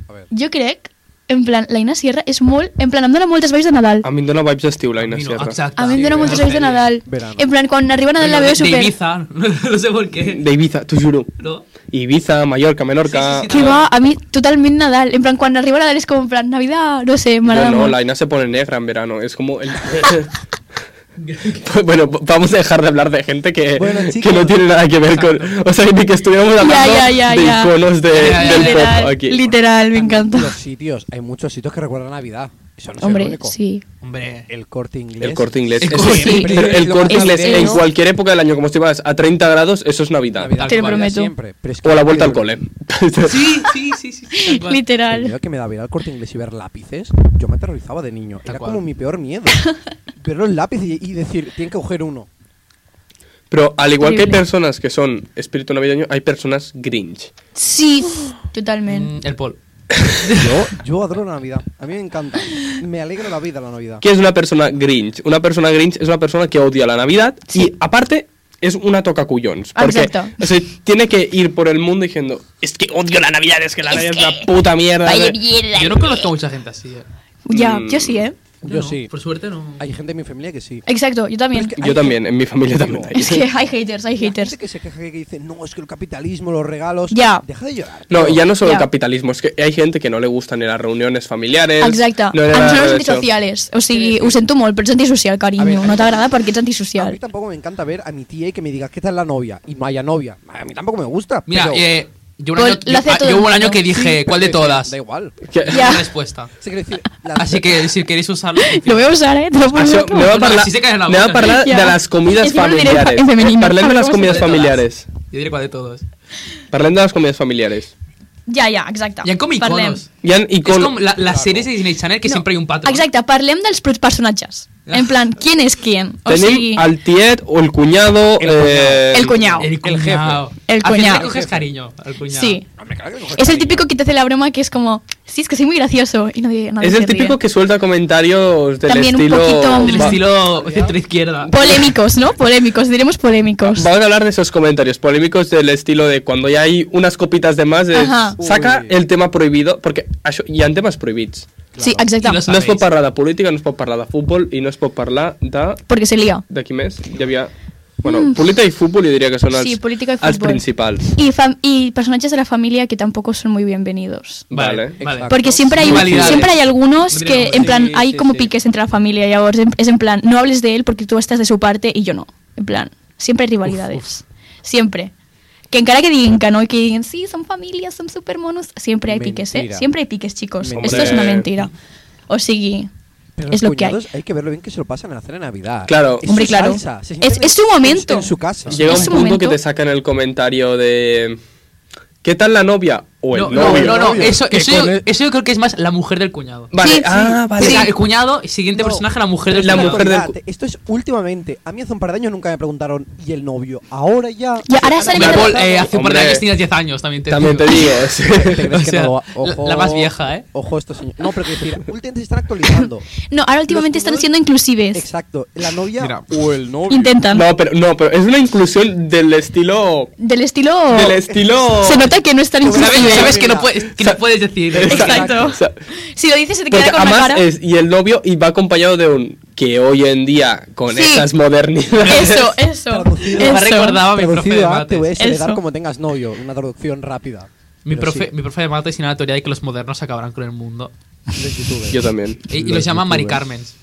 Speaker 6: A ver.
Speaker 1: jo crec, en plan, la Ina Sierra és molt, en plan, em dóna moltes vibes de Nadal.
Speaker 3: A mi em dóna vibes d'estiu, la
Speaker 5: A
Speaker 3: Ina
Speaker 5: mí no,
Speaker 3: Sierra.
Speaker 5: exacto.
Speaker 1: A mi em dóna
Speaker 5: Sí,
Speaker 1: moltes
Speaker 5: no
Speaker 1: vibes de
Speaker 5: sé.
Speaker 1: Nadal.
Speaker 6: Verano.
Speaker 1: En plan, quan arriba Nadal
Speaker 5: Bueno,
Speaker 1: la
Speaker 5: de-
Speaker 1: veo
Speaker 5: de
Speaker 1: super...
Speaker 5: Ibiza, no sé por qué.
Speaker 3: De Ibiza, t'ho juro.
Speaker 5: ¿No?
Speaker 3: Ibiza, Mallorca, Menorca...
Speaker 5: Sí, sí, sí,
Speaker 1: Que va, a mi totalment Nadal. En plan, quan arriba Nadal és com en plan, Navidad, no sé,
Speaker 3: Yo
Speaker 1: m'agrada
Speaker 3: no,
Speaker 1: molt.
Speaker 3: la Ina se pone negra en verano. Es como el... Pues bueno, vamos a dejar de hablar de gente que,
Speaker 6: Bueno,
Speaker 3: que
Speaker 6: chicos.
Speaker 3: no tiene nada que ver con... O sea, ni que estuviéramos hablando
Speaker 1: ya, ya,
Speaker 3: de
Speaker 1: ya.
Speaker 3: iconos de,
Speaker 5: Ya, ya,
Speaker 3: del
Speaker 1: literal,
Speaker 3: pop aquí.
Speaker 1: literal, me encanta.
Speaker 6: Los sitios. Hay muchos sitios que recuerdan a Navidad. Eso no es
Speaker 1: Hombre,
Speaker 6: irónico.
Speaker 1: sí.
Speaker 5: Hombre.
Speaker 6: El corte inglés.
Speaker 3: El corte inglés.
Speaker 5: El
Speaker 3: Eso
Speaker 5: corte
Speaker 3: sí,
Speaker 5: inglés.
Speaker 3: pero el
Speaker 6: Lo
Speaker 3: corte
Speaker 1: más
Speaker 3: inglés en
Speaker 1: navideño.
Speaker 3: cualquier época del año, como si vas a 30 grados, eso es Navidad.
Speaker 6: Navidad,
Speaker 1: Te lo
Speaker 6: Navidad
Speaker 1: prometo.
Speaker 6: siempre. Pero es que
Speaker 3: O la
Speaker 6: no
Speaker 3: vuelta al
Speaker 6: quiero-
Speaker 3: cole.
Speaker 5: Sí, sí, sí, sí. sí, tal cual.
Speaker 6: El
Speaker 1: Literal.
Speaker 6: miedo que me daba ir al corte inglés y ver lápices, yo me aterrorizaba de niño.
Speaker 5: Tal
Speaker 6: Era
Speaker 5: cual.
Speaker 6: como mi peor miedo. ver los lápices y, y decir, tienen que coger uno.
Speaker 3: Pero al igual que hay
Speaker 1: Horrible.
Speaker 3: personas que son espíritu navideño, hay personas grinch.
Speaker 1: Sí, totalment.
Speaker 5: Mm, El Paul.
Speaker 6: Yo, yo adoro la Navidad. A mí me encanta. Me alegra la vida la Navidad.
Speaker 3: ¿Qué es una persona grinch? Una persona grinch es una persona que odia la Navidad y aparte es una toca cuyons. Porque
Speaker 1: Exacto.
Speaker 3: o sea, tiene que ir por el mundo diciendo, es que odio la Navidad, es que la Navidad es una puta mierda.
Speaker 5: Yo no conozco mucha gente así. eh.
Speaker 1: Ya,
Speaker 3: Mm.
Speaker 1: yo sí, ¿eh?
Speaker 6: Yo
Speaker 5: no,
Speaker 6: sí.
Speaker 5: Por suerte no.
Speaker 6: Hay gente de mi familia que sí.
Speaker 1: Exacto, yo también.
Speaker 6: Pero
Speaker 3: Yo también, en mi familia también. hay.
Speaker 1: Es que hay haters, hay
Speaker 6: Hay
Speaker 1: haters.
Speaker 6: gente que se queja que dice, no, es que el capitalismo, los regalos.
Speaker 1: Ya.
Speaker 6: Deja de llorar.
Speaker 3: No, y ya no solo
Speaker 1: Ya.
Speaker 3: el capitalismo, es que hay gente que no le gustan ni las reuniones familiares.
Speaker 1: Exacte,
Speaker 3: No
Speaker 1: no
Speaker 3: le
Speaker 1: ens
Speaker 3: da-
Speaker 1: són els
Speaker 3: eso. Ah,
Speaker 1: antisociales. O sigui, ho sento molt, però ets antisocial,
Speaker 6: A
Speaker 1: carinyo.
Speaker 6: ver.
Speaker 1: No t'agrada perquè ets
Speaker 6: A
Speaker 1: antisocial.
Speaker 6: mí tampoco me encanta ver a mi tía y que me diga, ¿qué tal la novia? Y no haya novia. A mí tampoco me gusta.
Speaker 5: Mira,
Speaker 6: pero-
Speaker 5: eh, yo, un
Speaker 1: Paul,
Speaker 5: año,
Speaker 1: lo hace
Speaker 5: yo-
Speaker 1: todo
Speaker 5: yo
Speaker 1: el
Speaker 5: hubo un
Speaker 1: mundo.
Speaker 5: año que dije,
Speaker 6: Sí,
Speaker 5: ¿cuál
Speaker 6: pero
Speaker 5: de
Speaker 6: que-
Speaker 5: todas?
Speaker 6: Da igual.
Speaker 3: Que-
Speaker 1: Ya.
Speaker 5: La respuesta.
Speaker 6: Sí, quiero decir, la-
Speaker 5: Así que si queréis usarlo.
Speaker 1: Lo voy a usar, eh? Te lo
Speaker 3: Això,
Speaker 1: prometo.
Speaker 3: anem a
Speaker 5: Bueno,
Speaker 3: parlar,
Speaker 5: si se cae en la
Speaker 3: anem a
Speaker 5: boca.
Speaker 3: parlar
Speaker 1: Ja.
Speaker 3: de les comides
Speaker 1: És que no ho diré en
Speaker 3: familiares.
Speaker 1: femenino.
Speaker 3: Parlem de les
Speaker 1: Com
Speaker 3: comides
Speaker 1: se diu?
Speaker 3: familiares.
Speaker 5: Yo diré cuál de todos.
Speaker 3: Parlem de les comides familiares.
Speaker 1: Ja, ja, exacte.
Speaker 5: Y han como
Speaker 1: Parlem.
Speaker 5: iconos.
Speaker 3: Hi ha
Speaker 5: Es
Speaker 3: icon...
Speaker 5: como la- las series de Disney Channel que
Speaker 1: No,
Speaker 5: siempre hay un patrón.
Speaker 1: Exacte, parlem dels pers- personatges.
Speaker 6: Ah.
Speaker 1: En plan, ¿quién es quién? O
Speaker 3: Tenim
Speaker 1: sigui,
Speaker 3: el tiet o el cunyado...
Speaker 6: El
Speaker 3: eh,
Speaker 1: Oh, el cuñado.
Speaker 5: El cuñado.
Speaker 1: El
Speaker 5: Al final
Speaker 1: cuñado.
Speaker 5: le coges cariño al cuñado.
Speaker 1: Sí.
Speaker 6: Hombre, claro que no coges
Speaker 1: Es el
Speaker 6: cariño.
Speaker 1: típico que te hace la broma que es como, sí, es que soy muy gracioso. Y nadie, nadie
Speaker 3: Es
Speaker 1: se
Speaker 3: el
Speaker 1: ríe.
Speaker 3: típico que suelta comentarios del
Speaker 1: También un
Speaker 3: estilo...
Speaker 1: poquito-
Speaker 5: Del
Speaker 3: Va-
Speaker 5: estilo centro-izquierda.
Speaker 1: Polémicos, ¿no? Polémicos, diremos polémicos.
Speaker 3: Vamos a hablar de esos comentarios polémicos del estilo de cuando ya hay unas copitas de más, de
Speaker 1: Ajá.
Speaker 3: saca
Speaker 6: Uy.
Speaker 3: el tema prohibido, porque això, hi ha temes prohibits.
Speaker 1: Sí, exacto.
Speaker 5: Y los-
Speaker 3: No es pot
Speaker 5: Sabéis.
Speaker 3: parlar de política, no es pot parlar de futbol i no es pot parlar de...
Speaker 1: Porque se lía.
Speaker 3: De qui més? Hi havia... Bueno, política i futbol jo diria que són els,
Speaker 1: Mm. Sí, política i
Speaker 3: els
Speaker 1: futbol.
Speaker 3: principals.
Speaker 1: Y, fam- y personajes de la familia que tampoco son muy bienvenidos.
Speaker 3: Vale.
Speaker 5: vale.
Speaker 6: Exacto.
Speaker 1: Porque siempre hay,
Speaker 5: Rivalidades.
Speaker 1: siempre hay algunos
Speaker 5: No
Speaker 1: que,
Speaker 5: diremos,
Speaker 1: en
Speaker 5: sí,
Speaker 1: plan, hay
Speaker 6: sí,
Speaker 1: como
Speaker 6: sí.
Speaker 1: piques entre la familia y ahora es en plan, no hables de él porque tú estás de su parte y yo no. En plan, siempre hay rivalidades. Siempre. Que encara que digan que no y que digan, sí, son familias, son super monos, siempre hay piques, ¿eh?
Speaker 6: Mentira.
Speaker 1: Siempre hay piques, chicos.
Speaker 6: Hombre.
Speaker 1: Esto es una mentira. O sigui,
Speaker 6: Pero
Speaker 1: es
Speaker 6: los
Speaker 1: lo que hay.
Speaker 6: cuñados hay que verlo bien que se lo pasan a la cena de Navidad.
Speaker 3: Claro.
Speaker 6: Es
Speaker 1: Hombre,
Speaker 6: su
Speaker 1: claro.
Speaker 6: salsa. Se
Speaker 1: Es-
Speaker 6: sienten
Speaker 1: es su
Speaker 6: en-
Speaker 1: momento.
Speaker 6: En su casa.
Speaker 3: Llega un
Speaker 1: Ese
Speaker 3: punto
Speaker 1: momento-
Speaker 3: que te sacan el comentario de... ¿Qué tal la novia? o el
Speaker 5: no, no,
Speaker 3: novio.
Speaker 5: no, no,
Speaker 6: Novio.
Speaker 5: eso,
Speaker 6: Que
Speaker 5: eso yo,
Speaker 6: con el-
Speaker 5: eso yo creo que es más la mujer del cuñado.
Speaker 3: Vale,
Speaker 1: Sí,
Speaker 3: ah,
Speaker 1: sí,
Speaker 3: vale.
Speaker 5: O sea,
Speaker 1: sí.
Speaker 5: el cuñado, siguiente
Speaker 6: No.
Speaker 5: personaje, la mujer del
Speaker 3: La
Speaker 5: cuñado.
Speaker 3: mujer del cu-
Speaker 6: Espérate, Esto es últimamente. A mí hace un par de años nunca me preguntaron, ¿y el novio? Ahora ya.
Speaker 1: Ya, ahora sale
Speaker 5: Me
Speaker 1: Hombre,
Speaker 5: pol- eh, hace un par de
Speaker 3: hombre.
Speaker 5: años tenías 10 años, también te
Speaker 3: También te digo. sí.
Speaker 6: ¿Te crees
Speaker 5: o
Speaker 6: que
Speaker 5: sea,
Speaker 6: no lo ha-
Speaker 5: la-
Speaker 6: Ojo,
Speaker 5: la más vieja, ¿eh?
Speaker 6: Ojo, esto señor. No, pero quiero decir, últimamente se están actualizando.
Speaker 1: No, ahora últimamente
Speaker 6: Los
Speaker 1: están
Speaker 6: cuñados-
Speaker 1: siendo inclusives.
Speaker 6: Exacto. La novia
Speaker 5: Mira.
Speaker 6: o el novio.
Speaker 1: Intentan.
Speaker 3: No, pero, no, pero es una inclusión del estilo...
Speaker 1: Del estilo.
Speaker 3: Del estilo...
Speaker 1: Se nota que no es tan
Speaker 6: Pues,
Speaker 1: inclusive.
Speaker 5: ¿Sabes,
Speaker 6: Sí,
Speaker 5: sabes que, no
Speaker 6: mira.
Speaker 5: puedes, que no puedes decir.
Speaker 1: Exacto.
Speaker 3: Exacto.
Speaker 1: Si lo dices, se te
Speaker 3: Porque
Speaker 1: queda con la
Speaker 3: además
Speaker 1: cara.
Speaker 3: es y el novio y va acompañado de un que hoy en día con
Speaker 1: Sí.
Speaker 3: esas modernidades
Speaker 1: Eso, eso.
Speaker 6: Traducido.
Speaker 5: Me
Speaker 1: eso.
Speaker 5: recordaba Ah, mi profe de
Speaker 6: Traducido a te voy a
Speaker 5: mates.
Speaker 6: desheredar
Speaker 1: Eso.
Speaker 6: como tengas novio. Una traducción rápida.
Speaker 5: Mi
Speaker 6: Pero
Speaker 5: profe,
Speaker 6: sí,
Speaker 5: mi profe de mates tiene la teoría de que los modernos acabarán con el mundo.
Speaker 6: los youtubers.
Speaker 3: yo también
Speaker 5: Y, y los llaman Mari Carmens.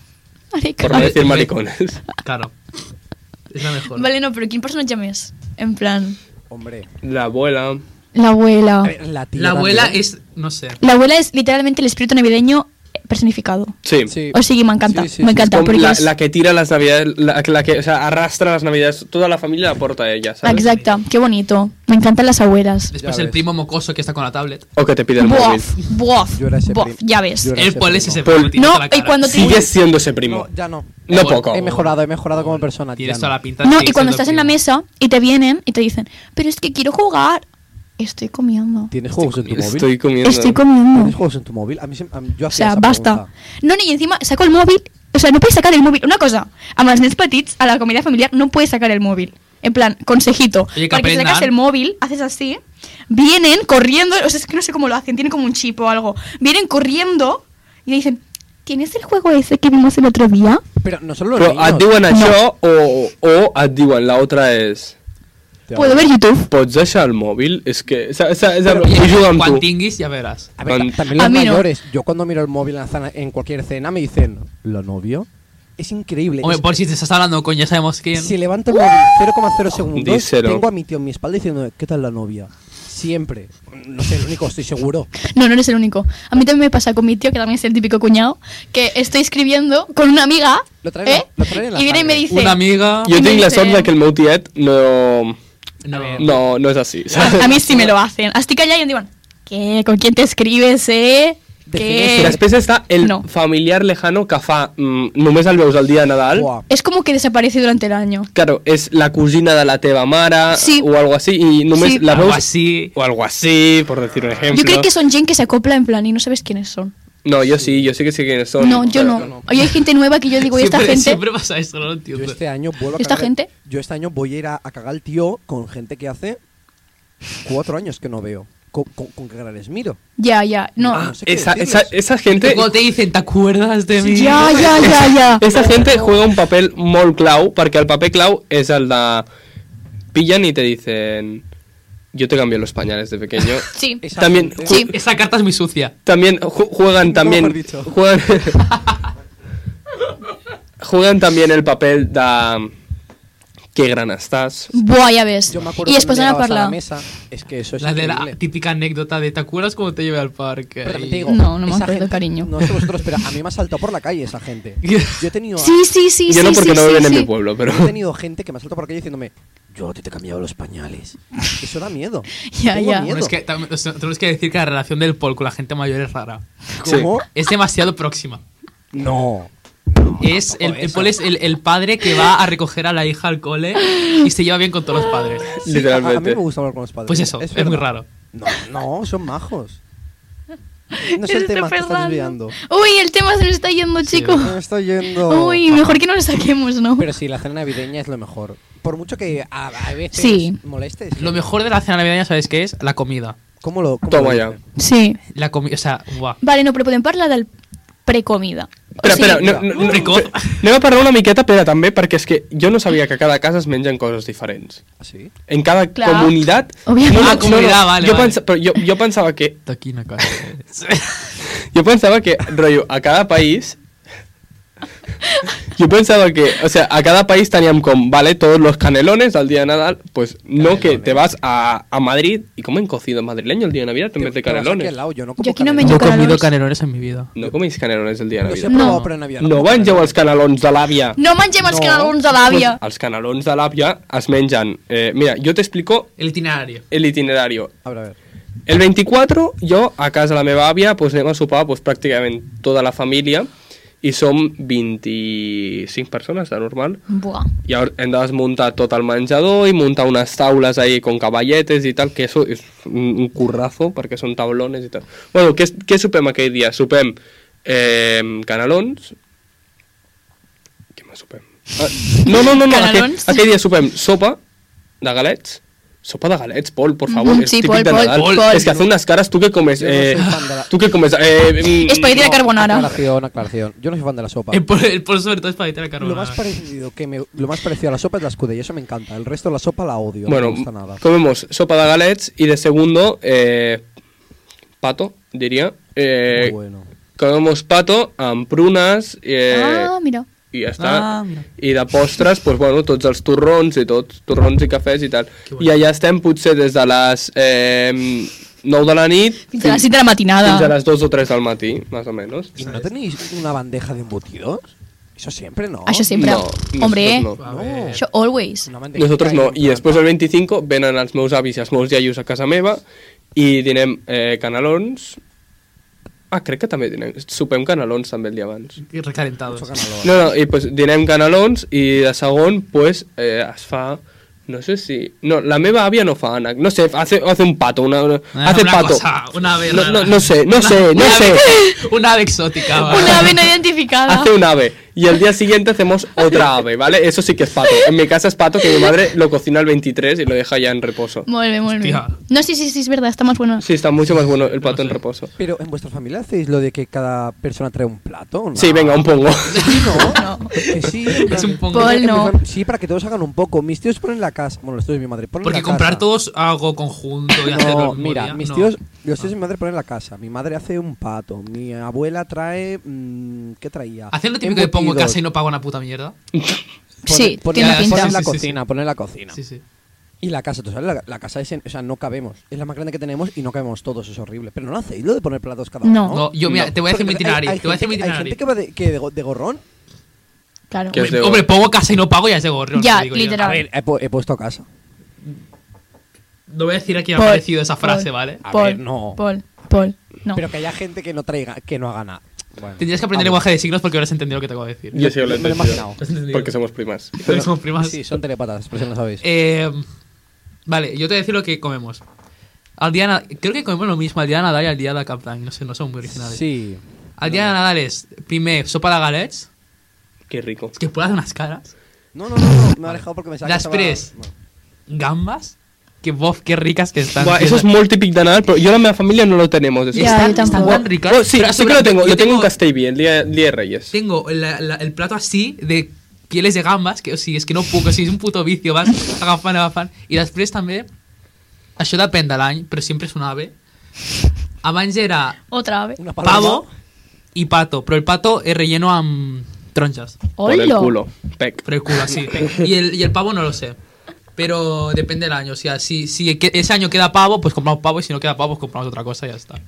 Speaker 1: Marica.
Speaker 3: por no
Speaker 5: A ver,
Speaker 3: decir
Speaker 5: dime.
Speaker 3: maricones
Speaker 5: Claro. Es la mejor.
Speaker 1: Vale, no, pero ¿quién persona llames? En plan.
Speaker 6: Hombre.
Speaker 3: la abuela
Speaker 1: La abuela.
Speaker 6: A ver, la tía.
Speaker 5: La abuela
Speaker 6: también.
Speaker 5: es. No sé.
Speaker 1: La abuela es literalmente el espíritu navideño personificado.
Speaker 3: sí,
Speaker 6: Sí.
Speaker 1: O sí, me encanta.
Speaker 6: Sí, sí,
Speaker 1: me
Speaker 6: sí,
Speaker 1: encanta.
Speaker 3: Como
Speaker 1: Porque
Speaker 3: la,
Speaker 1: es-
Speaker 3: la que tira las navidades la, la que o sea, arrastra las navidades toda la familia la aporta a ella ¿sabes?
Speaker 1: Exacta, qué bonito. Me encantan las abuelas.
Speaker 5: Después
Speaker 6: Ya
Speaker 5: el
Speaker 6: ves.
Speaker 5: primo mocoso que está con la tablet.
Speaker 3: o que te pide el móvil
Speaker 1: Buaf, buaf,
Speaker 6: Yo era ese
Speaker 1: buaf,
Speaker 6: prim-
Speaker 1: ya ves.
Speaker 6: yo era
Speaker 5: El cual es
Speaker 6: primo.
Speaker 5: ese
Speaker 3: Pero-
Speaker 5: primo. tiene
Speaker 1: No,
Speaker 5: toda la
Speaker 1: y
Speaker 5: cara.
Speaker 1: cuando te-
Speaker 3: sigues siendo ese primo
Speaker 6: No, ya no.
Speaker 3: no
Speaker 5: Bueno,
Speaker 3: poco
Speaker 6: He mejorado, he mejorado como persona.
Speaker 5: Tienes
Speaker 6: ya
Speaker 5: toda
Speaker 6: no.
Speaker 5: la pinta de
Speaker 1: No,
Speaker 5: seguir
Speaker 1: y cuando
Speaker 5: siendo
Speaker 1: estás en la
Speaker 5: primo.
Speaker 1: mesa y te vienen y te dicen, pero es que quiero jugar. Estoy comiendo.
Speaker 6: ¿Tienes juegos en tu móvil?
Speaker 3: estoy comiendo
Speaker 1: Estoy
Speaker 6: ¿Tienes
Speaker 1: comiendo.
Speaker 6: juegos en tu móvil? A mí, se- a mí- yo
Speaker 1: O
Speaker 6: hacía
Speaker 1: sea,
Speaker 6: esa
Speaker 1: basta.
Speaker 6: pregunta.
Speaker 1: No, ni encima saco el móvil. O sea, no puedes sacar el móvil. Una cosa, a los nets petits, a la comida familiar, no puedes sacar el móvil. En plan, consejito.
Speaker 5: Oye, que
Speaker 1: Porque si sacas
Speaker 5: aprendan.
Speaker 1: el móvil, haces así, vienen corriendo. O sea, es que no sé cómo lo hacen, tienen como un chip o algo. Vienen corriendo y le dicen, ¿tienes el juego ese que vimos el otro día?
Speaker 6: Pero no solo los
Speaker 3: pero ah,
Speaker 6: niños.
Speaker 3: et diuen
Speaker 1: No.
Speaker 3: això o, o et diuen la otra és
Speaker 6: Te
Speaker 1: Puedo
Speaker 6: hablo.
Speaker 1: ver YouTube.
Speaker 3: pots deixar el mòbil és que és, és, és, és,
Speaker 5: Y
Speaker 3: vull jugar amb
Speaker 5: Juan
Speaker 3: tu
Speaker 5: Tinguis, ya verás.
Speaker 6: A ver,
Speaker 3: Con-
Speaker 6: ta- también los
Speaker 1: A mí no.
Speaker 6: mayores. Yo cuando miro el móvil en, la cena- en cualquier cena me dicen, ¿lo novio? Es increíble.
Speaker 5: Hombre,
Speaker 6: Es-
Speaker 5: por si te estás hablando con ya sabemos quién.
Speaker 6: Si levanto el móvil 0,0 segundos,
Speaker 3: Díselo.
Speaker 6: tengo a mi tío en mi espalda diciendo, ¿qué tal la novia? Siempre. No sé, el único, estoy seguro.
Speaker 1: No, no eres el único. A mí también me pasa con mi tío, que también es el típico cuñado, que estoy escribiendo con una amiga.
Speaker 6: Lo traen en la-
Speaker 1: ¿eh?
Speaker 6: lo traen en la
Speaker 1: y viene y me
Speaker 6: sangre.
Speaker 1: dice.
Speaker 5: Una amiga.
Speaker 3: jo
Speaker 1: I
Speaker 3: tinc la
Speaker 1: dice-
Speaker 3: sort de que el meu tiet no,
Speaker 5: No.
Speaker 3: no, no és així saps?
Speaker 1: A, a mí sí me lo hacen. Así que allá y me digan, ¿qué? ¿Con quién te escribes, eh?
Speaker 6: Define-
Speaker 1: ¿Qué?
Speaker 3: Després està el
Speaker 1: No.
Speaker 3: familiar lejano que fa... Mm, només el veus el dia de Nadal.
Speaker 6: Buah.
Speaker 1: Es como que desaparece durante el año.
Speaker 3: Claro, és la cosina de la teva mare
Speaker 1: Sí.
Speaker 3: o algo así i només
Speaker 1: Sí.
Speaker 3: la
Speaker 5: Algo
Speaker 3: veus...
Speaker 5: así.
Speaker 3: O algo así, por decir un
Speaker 6: Em,
Speaker 3: ejemplo.
Speaker 1: Yo creo que son Jen que se acopla en plan y no sabes quiénes son.
Speaker 3: No, yo sí, yo sí que sé quiénes son.
Speaker 1: no, yo no. Oye, hay gente nueva que yo digo, ¿y esta
Speaker 5: siempre,
Speaker 1: gente?
Speaker 5: Siempre pasa esto, no lo
Speaker 6: Yo
Speaker 5: entiendo.
Speaker 6: este año vuelvo a
Speaker 1: ¿Esta
Speaker 6: cagar-
Speaker 1: gente?
Speaker 6: Yo este año voy a ir a, a cagar al tío con gente que hace cuatro años que no veo. Con, con, con que les miro.
Speaker 1: Ya, ya. No.
Speaker 6: Ah, sé qué
Speaker 3: Esa, esa,
Speaker 6: decirles.
Speaker 3: esa gente...
Speaker 5: Luego te dicen, ¿te acuerdas de mí?
Speaker 1: Ya, ya, ya, ya.
Speaker 3: Esa gente juega un papel molt clau, perquè el paper clau és el de... Pillan y te dicen... Yo te cambio los pañales de pequeño.
Speaker 1: Sí.
Speaker 6: Esa
Speaker 3: También,
Speaker 6: gente-
Speaker 1: Sí.
Speaker 5: Esa carta es muy sucia.
Speaker 3: También ju- juegan también.
Speaker 6: mejor dicho.
Speaker 3: Juegan, juegan también el papel de qué gran estás.
Speaker 1: Buah, ya ves.
Speaker 6: Yo me acuerdo
Speaker 1: Y
Speaker 6: que
Speaker 1: después van a
Speaker 6: llegabas la
Speaker 1: hablar.
Speaker 6: mesa. Es que eso es
Speaker 5: La de la
Speaker 6: increíble.
Speaker 5: típica anécdota de ¿te acuerdas cuando te llevé al parque?
Speaker 6: Pero también
Speaker 5: Y-
Speaker 6: te digo,
Speaker 1: No, no me
Speaker 6: esa
Speaker 1: acuerdo,
Speaker 6: gente-
Speaker 1: cariño.
Speaker 6: No sé vosotros, pero a mí me ha saltado por la calle esa gente. Yo he tenido,
Speaker 1: Sí, sí, sí.
Speaker 3: Yo no
Speaker 1: sí,
Speaker 3: porque
Speaker 1: sí,
Speaker 3: no
Speaker 1: sí,
Speaker 3: viven en
Speaker 1: sí.
Speaker 3: mi pueblo, pero
Speaker 6: yo he tenido gente que me ha saltado por la calle diciéndome, yo te, te he cambiado los pañales. Eso da miedo.
Speaker 1: Ya,
Speaker 6: Tengo
Speaker 1: ya.
Speaker 5: Bueno,
Speaker 6: miedo.
Speaker 5: es que tam- o sea, tenemos que decir que la relación del Paul con la gente mayor es rara.
Speaker 6: ¿Cómo?
Speaker 5: Es demasiado próxima.
Speaker 6: No.
Speaker 5: Es el, el Paul es el, el padre que va a recoger a la hija al cole y se lleva bien con todos los padres.
Speaker 6: Sí,
Speaker 3: Literalmente.
Speaker 6: A, a mí me gusta hablar con los padres.
Speaker 5: Pues eso, es,
Speaker 6: verdad.
Speaker 5: muy raro.
Speaker 6: No, no, son majos. No es
Speaker 1: Se
Speaker 6: el
Speaker 1: está
Speaker 6: tema, te estás
Speaker 1: perlando.
Speaker 6: desviando.
Speaker 1: Uy, el tema se nos está yendo,
Speaker 5: Sí,
Speaker 1: chico.
Speaker 6: Me estoy yendo.
Speaker 1: Uy, mejor que no lo saquemos, ¿no?
Speaker 6: Pero sí, la cena navideña es lo mejor. Por mucho que a, a veces
Speaker 1: Sí.
Speaker 6: molestes.
Speaker 5: Lo mejor de la cena navideña, ¿sabes qué es? La comida.
Speaker 6: ¿Cómo lo cómo
Speaker 3: toma
Speaker 6: lo
Speaker 3: ya.
Speaker 6: dices?
Speaker 1: Sí.
Speaker 5: La comida, o sea, guau.
Speaker 1: Vale, no, però podem parlar del precomida.
Speaker 3: Espera, espera, no, no, no,
Speaker 5: Precoz.
Speaker 3: fe- anem a parlar una miqueta, Pere, també, perquè és que jo no sabia que a cada casa es mengen coses diferents.
Speaker 6: ¿Ah, sí?
Speaker 3: En cada
Speaker 1: Clar.
Speaker 3: comunitat...
Speaker 1: Òbviament.
Speaker 5: Ah, comunitat, vale,
Speaker 3: jo,
Speaker 5: vale.
Speaker 3: pensa- però jo, jo pensava que...
Speaker 5: Taquina, cara.
Speaker 3: Jo pensava que, rotllo, a cada país... Jo pensava que, o sea, a cada país teníem com, vale, todos los canelones al día de Nadal, pues no que te vas a, a Madrid y comen cocido madrileño el día de Navidad en vez de
Speaker 6: Te- te vas aquí
Speaker 3: canelones.
Speaker 6: al lado, yo no
Speaker 1: Yo
Speaker 6: como
Speaker 1: aquí no me
Speaker 5: No he
Speaker 6: canelones.
Speaker 1: Yo
Speaker 5: comido
Speaker 1: canelones.
Speaker 5: canelones en mi vida.
Speaker 3: No comeis canelones el dia de
Speaker 6: Los he
Speaker 3: Navidad.
Speaker 6: probado,
Speaker 1: No.
Speaker 6: pero en Navidad.
Speaker 3: No
Speaker 6: como
Speaker 3: mengeu els canelons de l'àvia.
Speaker 1: No mengem els
Speaker 6: No.
Speaker 1: canelons de l'àvia.
Speaker 3: Pues els canelons de l'àvia es mengen... Eh, mira, jo t'explico
Speaker 5: El itinerario.
Speaker 3: el itinerario.
Speaker 6: A ver, a ver.
Speaker 3: El 24, jo, a casa de la pues meva àvia, doncs, anem a sopar doncs, pràcticament tota la família i som 25 persones, de normal.
Speaker 1: Buah.
Speaker 3: I llavors hem de desmuntar tot el menjador i muntar unes taules ahí con caballetes i tal, que eso és un un currazo perquè són tablones i tal. Bueno, què, què sopem aquell dia? Sopem eh, canelons... Què més sopem? Ah, no, no, no, no aquell,
Speaker 1: Canelons.
Speaker 3: aquell dia sopem sopa de galets, Sopa de galets, Pol, por favor,
Speaker 1: Mm,
Speaker 3: es
Speaker 1: sí,
Speaker 3: típic
Speaker 1: Pol,
Speaker 3: de
Speaker 1: Pol,
Speaker 3: Nadal.
Speaker 1: Pol.
Speaker 3: Es que hace unas caras, tú que comes,
Speaker 6: no
Speaker 3: eh,
Speaker 6: soy fan de la-
Speaker 3: tú que comes, eh, mm,
Speaker 1: Espagueti de carbonara.
Speaker 6: Aclaración, aclaración. Yo no soy fan de la sopa.
Speaker 5: El por, el por sobre todo es para evitar la
Speaker 6: Lo
Speaker 5: carbonara.
Speaker 6: más, parecido que me- lo más parecido a la sopa es la escudella, eso me encanta. El resto de la sopa la odio, no
Speaker 3: Bueno,
Speaker 6: me gusta nada.
Speaker 3: comemos sopa de galets y de segundo, eh, pato, diría. Eh,
Speaker 6: Muy bueno.
Speaker 3: Comemos pato amb prunes eh,
Speaker 1: Ah, mira.
Speaker 3: i ja està.
Speaker 5: Ah, mira.
Speaker 3: I de postres, doncs, bueno, tots els torrons i tot, torrons i cafès i tal. I allà estem potser des de les eh, 9 de la nit
Speaker 1: Fins a les 7 de la
Speaker 3: fins a
Speaker 1: matinada.
Speaker 3: les 2 o 3 del matí, més o menys.
Speaker 6: ¿Y no tenéis una bandeja de embutidos? Eso siempre no.
Speaker 1: Això sempre.
Speaker 3: No,
Speaker 1: Hombre,
Speaker 3: nosotros
Speaker 5: A ver.
Speaker 1: això always.
Speaker 6: Una bandejita
Speaker 3: Nosaltres no.
Speaker 6: y-
Speaker 3: I després el 25 venen els meus avis i els meus iaios a casa meva i dinem eh, canelons. Ah, crec que també dinem. Sopem canelons també el dia abans.
Speaker 5: Y recalentados.
Speaker 6: Mucho canalón.
Speaker 3: No, no, i pues, dinem canelons i de segon pues, eh, es fa... No sé si... No, la meva àvia no fa ànec. No sé, hace, hace un pato. Una, una,
Speaker 5: Ah,
Speaker 3: hace
Speaker 5: una
Speaker 3: pato.
Speaker 5: cosa, una ave
Speaker 3: no,
Speaker 5: rara.
Speaker 3: no, no sé, no
Speaker 5: Una-
Speaker 3: sé, no
Speaker 5: una
Speaker 3: sé.
Speaker 5: ave- una ave exótica. va.
Speaker 1: Una ave no identificada.
Speaker 3: Hace un ave. Y el día siguiente hacemos otra ave, ¿vale? Eso sí que es pato. En mi casa es pato que mi madre lo cocina el 23 y lo deja ya en reposo.
Speaker 1: Molt bé, molt bé.
Speaker 5: Hostia.
Speaker 1: No, sí, sí, sí, es verdad, está más bueno.
Speaker 3: Sí, está mucho más bueno el pato en reposo.
Speaker 6: Pero en vuestra familia hacéis lo de que cada persona trae un plato. o no?
Speaker 3: Sí, venga, un pongo.
Speaker 6: Sí, no. Que sí.
Speaker 5: Es un pongo.
Speaker 1: Paul, no.
Speaker 6: Empezaron- Sí, para que todos hagan un poco. Mis tíos ponen la casa. Bueno, los tíos de mi madre ponen
Speaker 5: Porque
Speaker 6: la
Speaker 5: comprar
Speaker 6: casa.
Speaker 5: todos algo conjunto y hacerlo.
Speaker 6: No,
Speaker 5: el mismo
Speaker 6: mira,
Speaker 5: día,
Speaker 6: mis
Speaker 5: no. Ah.
Speaker 6: tíos, los tíos de mi madre ponen la casa. Mi madre hace un pato. Mi abuela trae. mm, ¿Qué traía?
Speaker 5: Hacen lo típico que pongo en
Speaker 6: Embutidos.
Speaker 5: casa y no pago una puta mierda.
Speaker 1: Sí,
Speaker 6: Pone-
Speaker 1: tiene
Speaker 6: pone-
Speaker 1: pinta.
Speaker 6: Pone la
Speaker 5: Sí, sí, sí,
Speaker 6: cocina, pone la cocina.
Speaker 5: Sí, sí.
Speaker 6: Y la casa, tú sabes, la, la casa es. en- o sea, no cabemos. Es la más grande que tenemos y no cabemos todos, es horrible. Pero no lo hacéis lo de poner platos cada uno.
Speaker 1: No.
Speaker 5: No, yo, mira, te voy a decir mi
Speaker 6: Porque
Speaker 5: itinerario.
Speaker 6: hay- hay
Speaker 5: Te voy a
Speaker 6: gente
Speaker 5: decir mi
Speaker 6: que- Hay
Speaker 5: itinerario.
Speaker 6: gente que va de, que de, go- de gorrón.
Speaker 1: Claro.
Speaker 3: Que- es de
Speaker 5: Hombre, hombre,
Speaker 3: oro.
Speaker 5: pongo casa y no pago ya es de gorrión.
Speaker 1: Ya,
Speaker 5: te digo yo.
Speaker 1: literal.
Speaker 5: A ver,
Speaker 6: He, pu- he puesto casa.
Speaker 5: No voy a decir aquí me ha
Speaker 1: Paul,
Speaker 5: parecido esa frase,
Speaker 1: Paul,
Speaker 5: ¿vale?
Speaker 6: A
Speaker 1: Paul,
Speaker 6: ver, no.
Speaker 1: Paul, Paul, no.
Speaker 6: Pero que haya gente que no traiga, que no haga nada. Bueno.
Speaker 5: Tendrías que aprender
Speaker 6: Ah,
Speaker 5: lenguaje de signos porque habrás entendido lo que te acabo de decir.
Speaker 3: Yo sí lo he
Speaker 6: Me lo he
Speaker 3: entendido.
Speaker 6: imaginado.
Speaker 5: ¿Lo has entendido?
Speaker 3: Porque somos primas.
Speaker 5: Pero somos primas.
Speaker 6: Sí, son telepatas, por si no lo sabéis.
Speaker 5: Eh, vale, yo te voy a decir lo que comemos. Al día de Na- creo que comemos lo mismo al día de Nadal y al día de la Captain. No sé, no son muy originales.
Speaker 6: sí.
Speaker 5: Al día de Nadal es, primer, sopa de galets,
Speaker 3: Qué rico.
Speaker 5: que puede hacer unas caras.
Speaker 6: No, no, no, no, me ha alejado porque me sale.
Speaker 5: Las tres. Gambas, que bof, qué ricas que están.
Speaker 3: Buah,
Speaker 5: tío.
Speaker 3: eso es muy típico de Nadal, pero yo en mi familia no lo tenemos. Eso.
Speaker 1: Ya, yo
Speaker 5: están,
Speaker 1: tampoco.
Speaker 5: están tan ricas.
Speaker 3: Bueno, sí,
Speaker 5: Pero
Speaker 3: sí que
Speaker 5: sobre-
Speaker 3: lo tengo.
Speaker 5: yo
Speaker 3: Yo tengo un Castelli, el día, el día de Reyes.
Speaker 5: Tengo la- la- el plato así de pieles de gambas, que o sigui, és que no puc, o sigui, és un puto vicio, vas agafant, agafant. I després també, això depèn de l'any, però sempre és un ave. Abans era
Speaker 1: Otra ave.
Speaker 6: Una paloma.
Speaker 5: pavo i pato, però el pato és relleno amb taronges,
Speaker 3: Por el
Speaker 1: Hola.
Speaker 3: culo. Pec.
Speaker 5: però el culo así. I el, i el pavo no lo sé. Pero depende del año, o sea, si, si que- ese año queda pavo, pues compramos pavo, y si no queda pavo, pues compramos otra cosa y ya está.